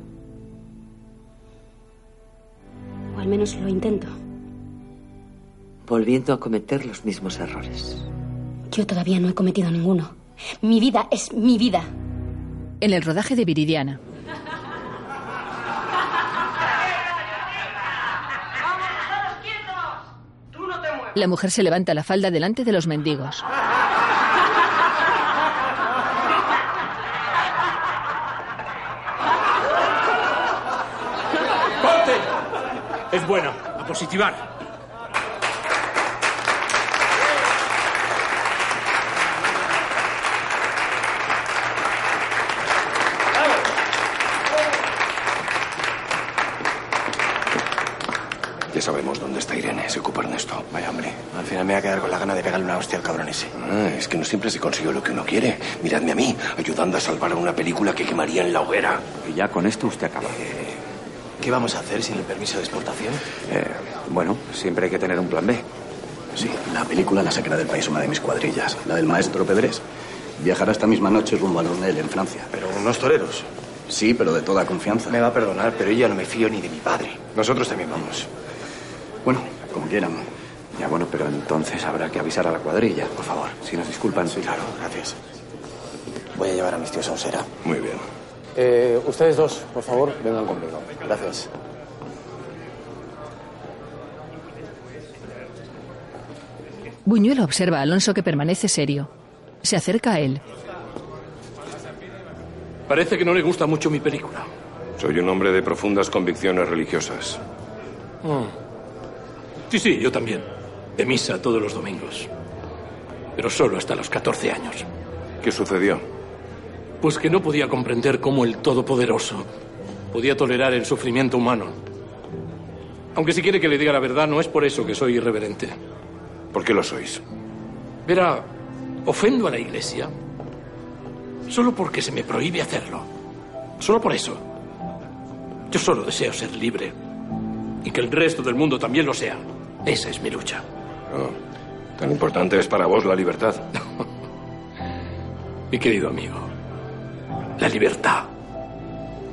Speaker 3: O al menos lo intento.
Speaker 33: Volviendo a cometer los mismos errores.
Speaker 3: Yo todavía no he cometido ninguno. Mi vida es mi vida.
Speaker 1: En el rodaje de Viridiana. La mujer se levanta la falda delante de los mendigos.
Speaker 10: ¡Corte! Es bueno, a positivar.
Speaker 22: Ya sabemos dónde está Irene. Se ocuparon de esto. Vaya hombre.
Speaker 20: Al final me voy a quedar con la gana de pegarle una hostia al cabrón ese.
Speaker 22: Ah, es que no siempre se consiguió lo que uno quiere. Miradme a mí, ayudando a salvar a una película que quemaría en la hoguera. Y ya con esto usted acaba.
Speaker 20: ¿Qué vamos a hacer sin el permiso de exportación?
Speaker 37: Eh, bueno, siempre hay que tener un plan B. Sí, la película la sacará del país una de mis cuadrillas, la del maestro Pedrés. Viajará esta misma noche rumbo a Lunel, en Francia. Pero unos toreros. Sí, pero de toda confianza. Me va a perdonar, pero yo no me fío ni de mi padre. Nosotros también vamos. Bueno, como quieran. Ya bueno, pero entonces habrá que avisar a la cuadrilla, por favor. Si nos disculpan. Sí, claro, gracias.
Speaker 20: Voy a llevar a mis tíos a Osera.
Speaker 22: Muy bien.
Speaker 20: Eh, ustedes dos, por favor, vengan conmigo. Gracias.
Speaker 1: Buñuelo observa a Alonso que permanece serio. Se acerca a él.
Speaker 10: Parece que no le gusta mucho mi película.
Speaker 22: Soy un hombre de profundas convicciones religiosas.
Speaker 10: Sí, sí, yo también. De misa todos los domingos. Pero solo hasta los 14 años.
Speaker 22: ¿Qué sucedió?
Speaker 10: Pues que no podía comprender cómo el Todopoderoso podía tolerar el sufrimiento humano. Aunque si quiere que le diga la verdad, no es por eso que soy irreverente.
Speaker 22: ¿Por qué lo sois?
Speaker 10: Verá, ofendo a la iglesia solo porque se me prohíbe hacerlo. Solo por eso. Yo solo deseo ser libre y que el resto del mundo también lo sea. Esa es mi lucha.
Speaker 22: Oh, tan importante es para vos la libertad.
Speaker 10: Mi querido amigo, la libertad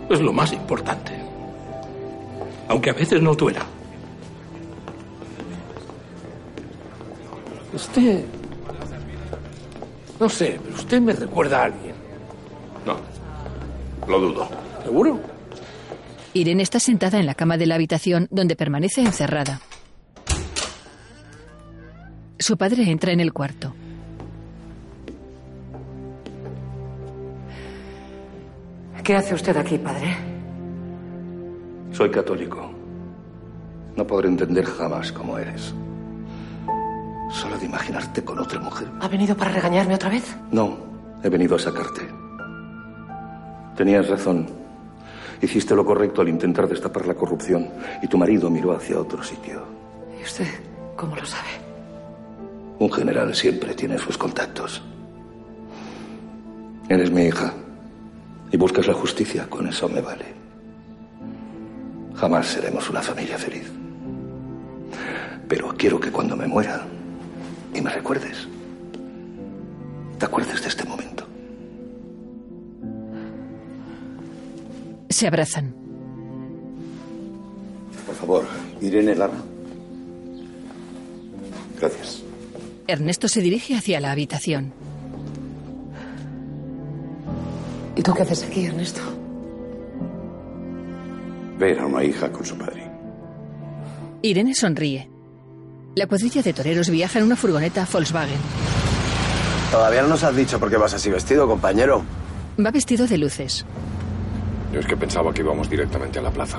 Speaker 10: es lo más importante. Aunque a veces no duela. Usted... No sé, pero usted me recuerda a alguien.
Speaker 22: Lo dudo.
Speaker 10: ¿Seguro?
Speaker 1: Irene está sentada en la cama de la habitación donde permanece encerrada. Su padre entra en el cuarto.
Speaker 5: ¿Qué hace usted aquí, padre?
Speaker 37: Soy católico. No podré entender jamás cómo eres. Solo de imaginarte con otra mujer.
Speaker 5: ¿Ha venido para regañarme otra vez?
Speaker 37: No, he venido a sacarte. Tenías razón. Hiciste lo correcto al intentar destapar la corrupción y tu marido miró hacia otro sitio.
Speaker 5: ¿Y usted cómo lo sabe?
Speaker 37: Un general siempre tiene sus contactos. Eres mi hija y buscas la justicia, con eso me vale. Jamás seremos una familia feliz. Pero quiero que cuando me muera y me recuerdes, te acuerdes de este momento.
Speaker 1: Se abrazan.
Speaker 37: Por favor, Irene Lara. Gracias.
Speaker 1: Ernesto se dirige hacia la habitación.
Speaker 5: ¿Y tú qué haces aquí, Ernesto?
Speaker 37: Ver a una hija con su padre.
Speaker 1: Irene sonríe. La cuadrilla de toreros viaja en una furgoneta Volkswagen.
Speaker 43: Todavía no nos has dicho por qué vas así vestido, compañero.
Speaker 1: Va vestido de luces.
Speaker 22: Yo es que pensaba que íbamos directamente a la plaza.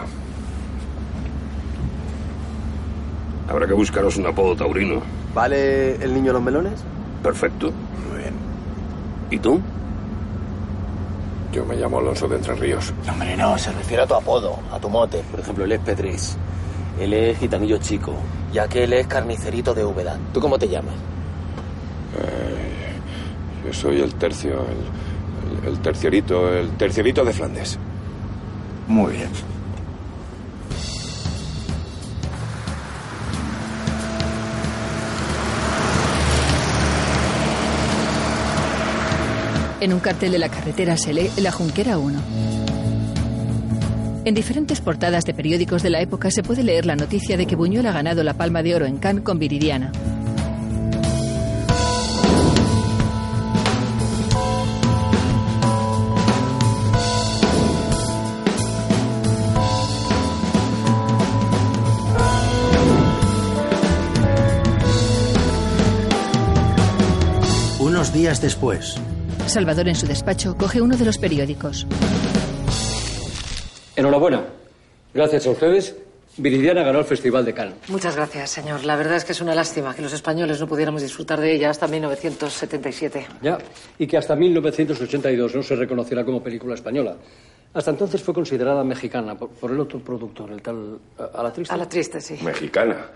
Speaker 22: Habrá que buscaros un apodo taurino.
Speaker 43: ¿Vale el niño los melones?
Speaker 22: Perfecto. Muy bien. ¿Y tú? Yo me llamo Alonso de Entre Ríos.
Speaker 20: Hombre, no, se refiere a tu apodo, a tu mote. Por ejemplo, él es Pedrés. Él es gitanillo chico. Y aquel es carnicerito de Úbeda. ¿Tú cómo te llamas?
Speaker 22: Eh, yo soy el tercio, el, el- el terciorito, el terciorito de Flandes.
Speaker 37: Muy bien.
Speaker 1: En un cartel de la carretera se lee La Junquera 1. En diferentes portadas de periódicos de la época se puede leer la noticia de que Buñuel ha ganado la Palma de Oro en Cannes con Viridiana.
Speaker 14: Unos días después,
Speaker 1: Salvador en su despacho coge uno de los periódicos.
Speaker 4: Enhorabuena. Gracias a ustedes, Viridiana ganó el Festival de Cannes.
Speaker 5: Muchas gracias, señor. La verdad es que es una lástima que los españoles no pudiéramos disfrutar de ella hasta 1977.
Speaker 4: Ya, y que hasta 1982 no se reconociera como película española. Hasta entonces fue considerada mexicana por, por el otro productor, el tal a, la triste.
Speaker 5: A la triste, sí.
Speaker 22: Mexicana.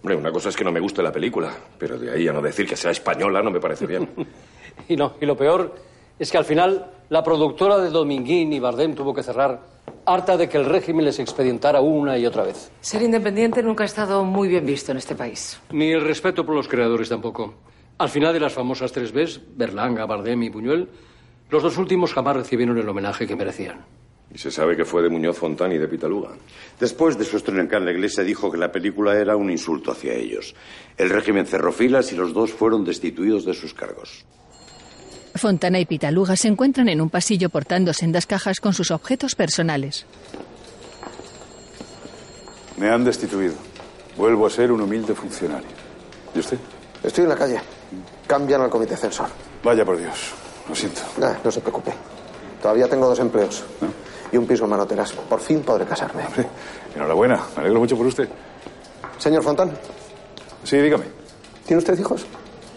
Speaker 22: Hombre, una cosa es que no me guste la película, pero de ahí a no decir que sea española no me parece bien.
Speaker 4: Y no, y lo peor es que al final la productora de Dominguín y Bardem tuvo que cerrar, harta de que el régimen les expedientara una y otra vez.
Speaker 5: Ser independiente nunca ha estado muy bien visto en este país.
Speaker 4: Ni el respeto por los creadores tampoco. Al final de las famosas tres Bs, Berlanga, Bardem y Buñuel, los dos últimos jamás recibieron el homenaje que merecían.
Speaker 22: Y se sabe que fue de Muñoz Fontán y de Pitaluga.
Speaker 8: Después de su estreno en Cannes, la iglesia dijo que la película era un insulto hacia ellos. El régimen cerró filas y los dos fueron destituidos de sus cargos.
Speaker 1: Fontana y Pitaluga se encuentran en un pasillo portando sendas cajas con sus objetos personales.
Speaker 8: Me han destituido. Vuelvo a ser un humilde funcionario. ¿Y usted? Mm.
Speaker 24: Estoy en la calle. Cambian al comité censor.
Speaker 8: Vaya por Dios. Lo siento.
Speaker 24: Nah, no se preocupe. Todavía tengo dos empleos. Y un piso en Manoteras. Por fin podré casarme.
Speaker 8: Enhorabuena. Me alegro mucho por usted.
Speaker 24: Señor Fontán.
Speaker 8: Sí, dígame.
Speaker 24: ¿Tiene usted hijos?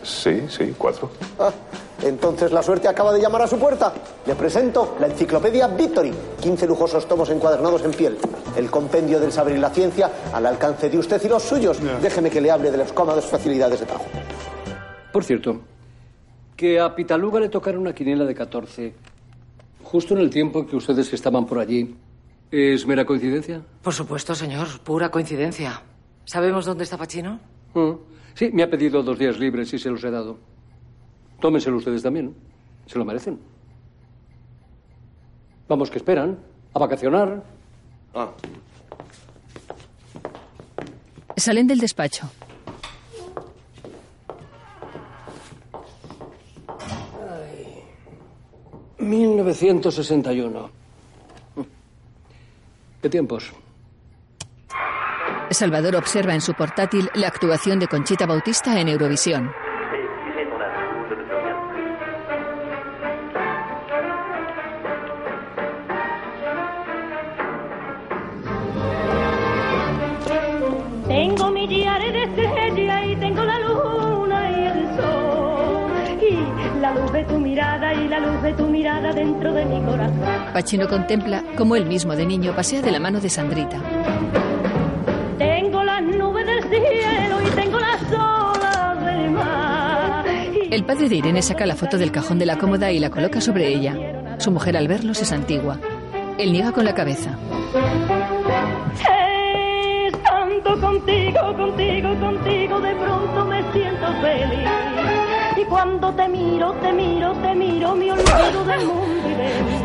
Speaker 8: Sí, sí, cuatro.
Speaker 24: Ah, entonces la suerte acaba de llamar a su puerta. Le presento la enciclopedia Victory. 15 lujosos tomos encuadernados en piel. El compendio del saber y la ciencia al alcance de usted y los suyos. Déjeme que le hable de las cómodas facilidades de pago.
Speaker 4: Por cierto, que a Pitaluga le tocaron una quiniela de 14, justo en el tiempo que ustedes estaban por allí. ¿Es mera coincidencia?
Speaker 5: Por supuesto, señor. Pura coincidencia. ¿Sabemos dónde está Pachino?
Speaker 4: Ah, Sí, me ha pedido dos días libres y se los he dado. Tómenselo ustedes también. ¿no? Se lo merecen. Vamos, que esperan. A vacacionar.
Speaker 1: Salen del despacho.
Speaker 4: Ay, 1961. ¿Qué tiempos?
Speaker 1: Salvador observa en su portátil la actuación de Conchita Bautista en Eurovisión.
Speaker 13: Tengo mi diario de estrella y tengo la luna y el sol. Y la luz de tu mirada y la luz de tu mirada dentro de mi corazón.
Speaker 1: Pachino contempla cómo él mismo de niño pasea de la mano de Sandrita.
Speaker 13: Tengo las nubes del cielo y tengo las olas del mar.
Speaker 1: El El padre de Irene saca la foto del cajón de la cómoda y la coloca sobre ella. Su mujer al verlo se santigua. Él niega con la cabeza.
Speaker 13: Estando contigo, contigo, contigo, de pronto me siento feliz. Y cuando te miro, te miro, te miro, me olvido del mundo y de mí.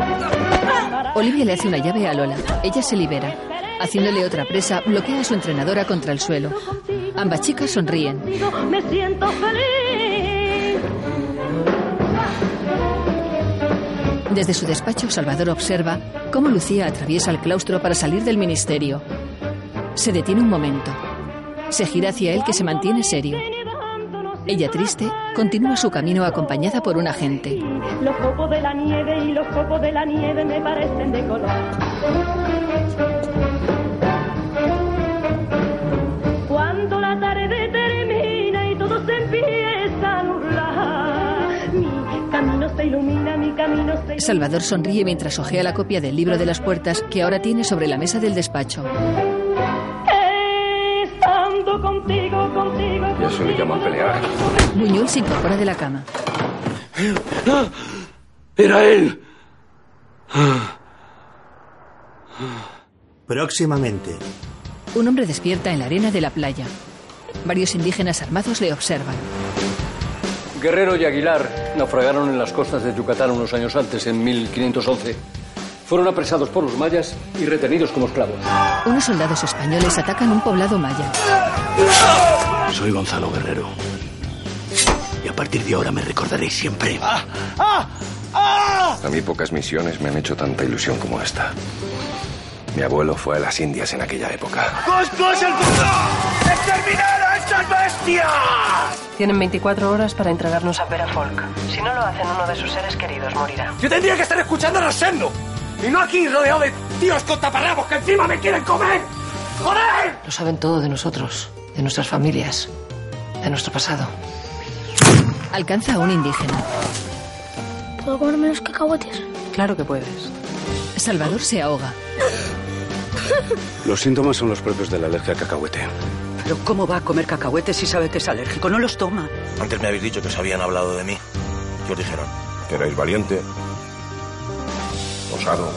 Speaker 1: Olivia le hace una llave a Lola. Ella se libera. Haciéndole otra presa, bloquea a su entrenadora contra el suelo. Ambas chicas sonríen.
Speaker 13: Contigo me siento feliz.
Speaker 1: Desde su despacho, Salvador observa cómo Lucía atraviesa el claustro para salir del ministerio. Se detiene un momento. Se gira hacia él que se mantiene serio. Ella triste continúa su camino acompañada por un agente.
Speaker 13: Los copos de la nieve y los copos de la nieve me parecen de color. Cuando la tarde termina y todo se empieza a nublar, mi camino se ilumina, mi camino se ilumina.
Speaker 1: Salvador sonríe mientras ojea la copia del libro de las puertas que ahora tiene sobre la mesa del despacho.
Speaker 13: Estando contigo, contigo.
Speaker 44: Ya se le llama pelear.
Speaker 1: Buñuel se incorpora de la cama.
Speaker 44: Era él.
Speaker 14: Próximamente.
Speaker 1: Un hombre despierta en la arena de la playa. Varios indígenas armados le observan.
Speaker 4: Guerrero y Aguilar naufragaron en las costas de Yucatán unos años antes, en 1511. Fueron apresados por los mayas y retenidos como esclavos.
Speaker 1: Unos soldados españoles atacan un poblado maya.
Speaker 44: Soy Gonzalo Guerrero. Y a partir de ahora me recordaréis siempre.
Speaker 22: Ah.
Speaker 2: ¡Ah!
Speaker 22: A mí pocas misiones me han hecho tanta ilusión como esta. Mi abuelo fue a las Indias en aquella época.
Speaker 2: ¡Cosco es el ¡Exterminar a estas bestias!
Speaker 5: Tienen 24 horas para entregarnos a Vera Folk. Si no lo hacen, uno de sus seres queridos morirá.
Speaker 2: Yo tendría que estar escuchando a Rosendo. Y no aquí rodeado de tíos con taparrabos que encima me quieren comer. ¡Joder!
Speaker 5: Lo saben todo de nosotros, de nuestras familias, de nuestro pasado.
Speaker 1: Alcanza a un indígena.
Speaker 5: ¿Puedo comerme los cacahuetes? Claro que puedes.
Speaker 1: Salvador se ahoga.
Speaker 22: Los síntomas son los propios de la alergia al cacahuete.
Speaker 33: Pero ¿cómo va a comer cacahuetes si sabe que es alérgico? No los toma.
Speaker 20: Antes me habéis dicho que os habían hablado de mí. ¿Qué os dijeron? Que erais valiente, osado,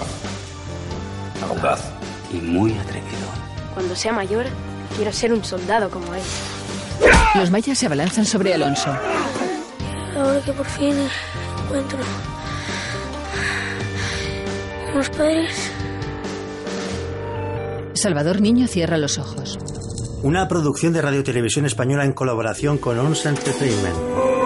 Speaker 20: audaz. Y muy atrevido.
Speaker 7: Cuando sea mayor, quiero ser un soldado como él.
Speaker 1: Los mayas se abalanzan sobre Alonso.
Speaker 23: Ahora que por fin encuentro a los padres.
Speaker 1: Salvador Niño cierra los ojos.
Speaker 14: Una producción de Radio Televisión Española en colaboración con ONS Entertainment.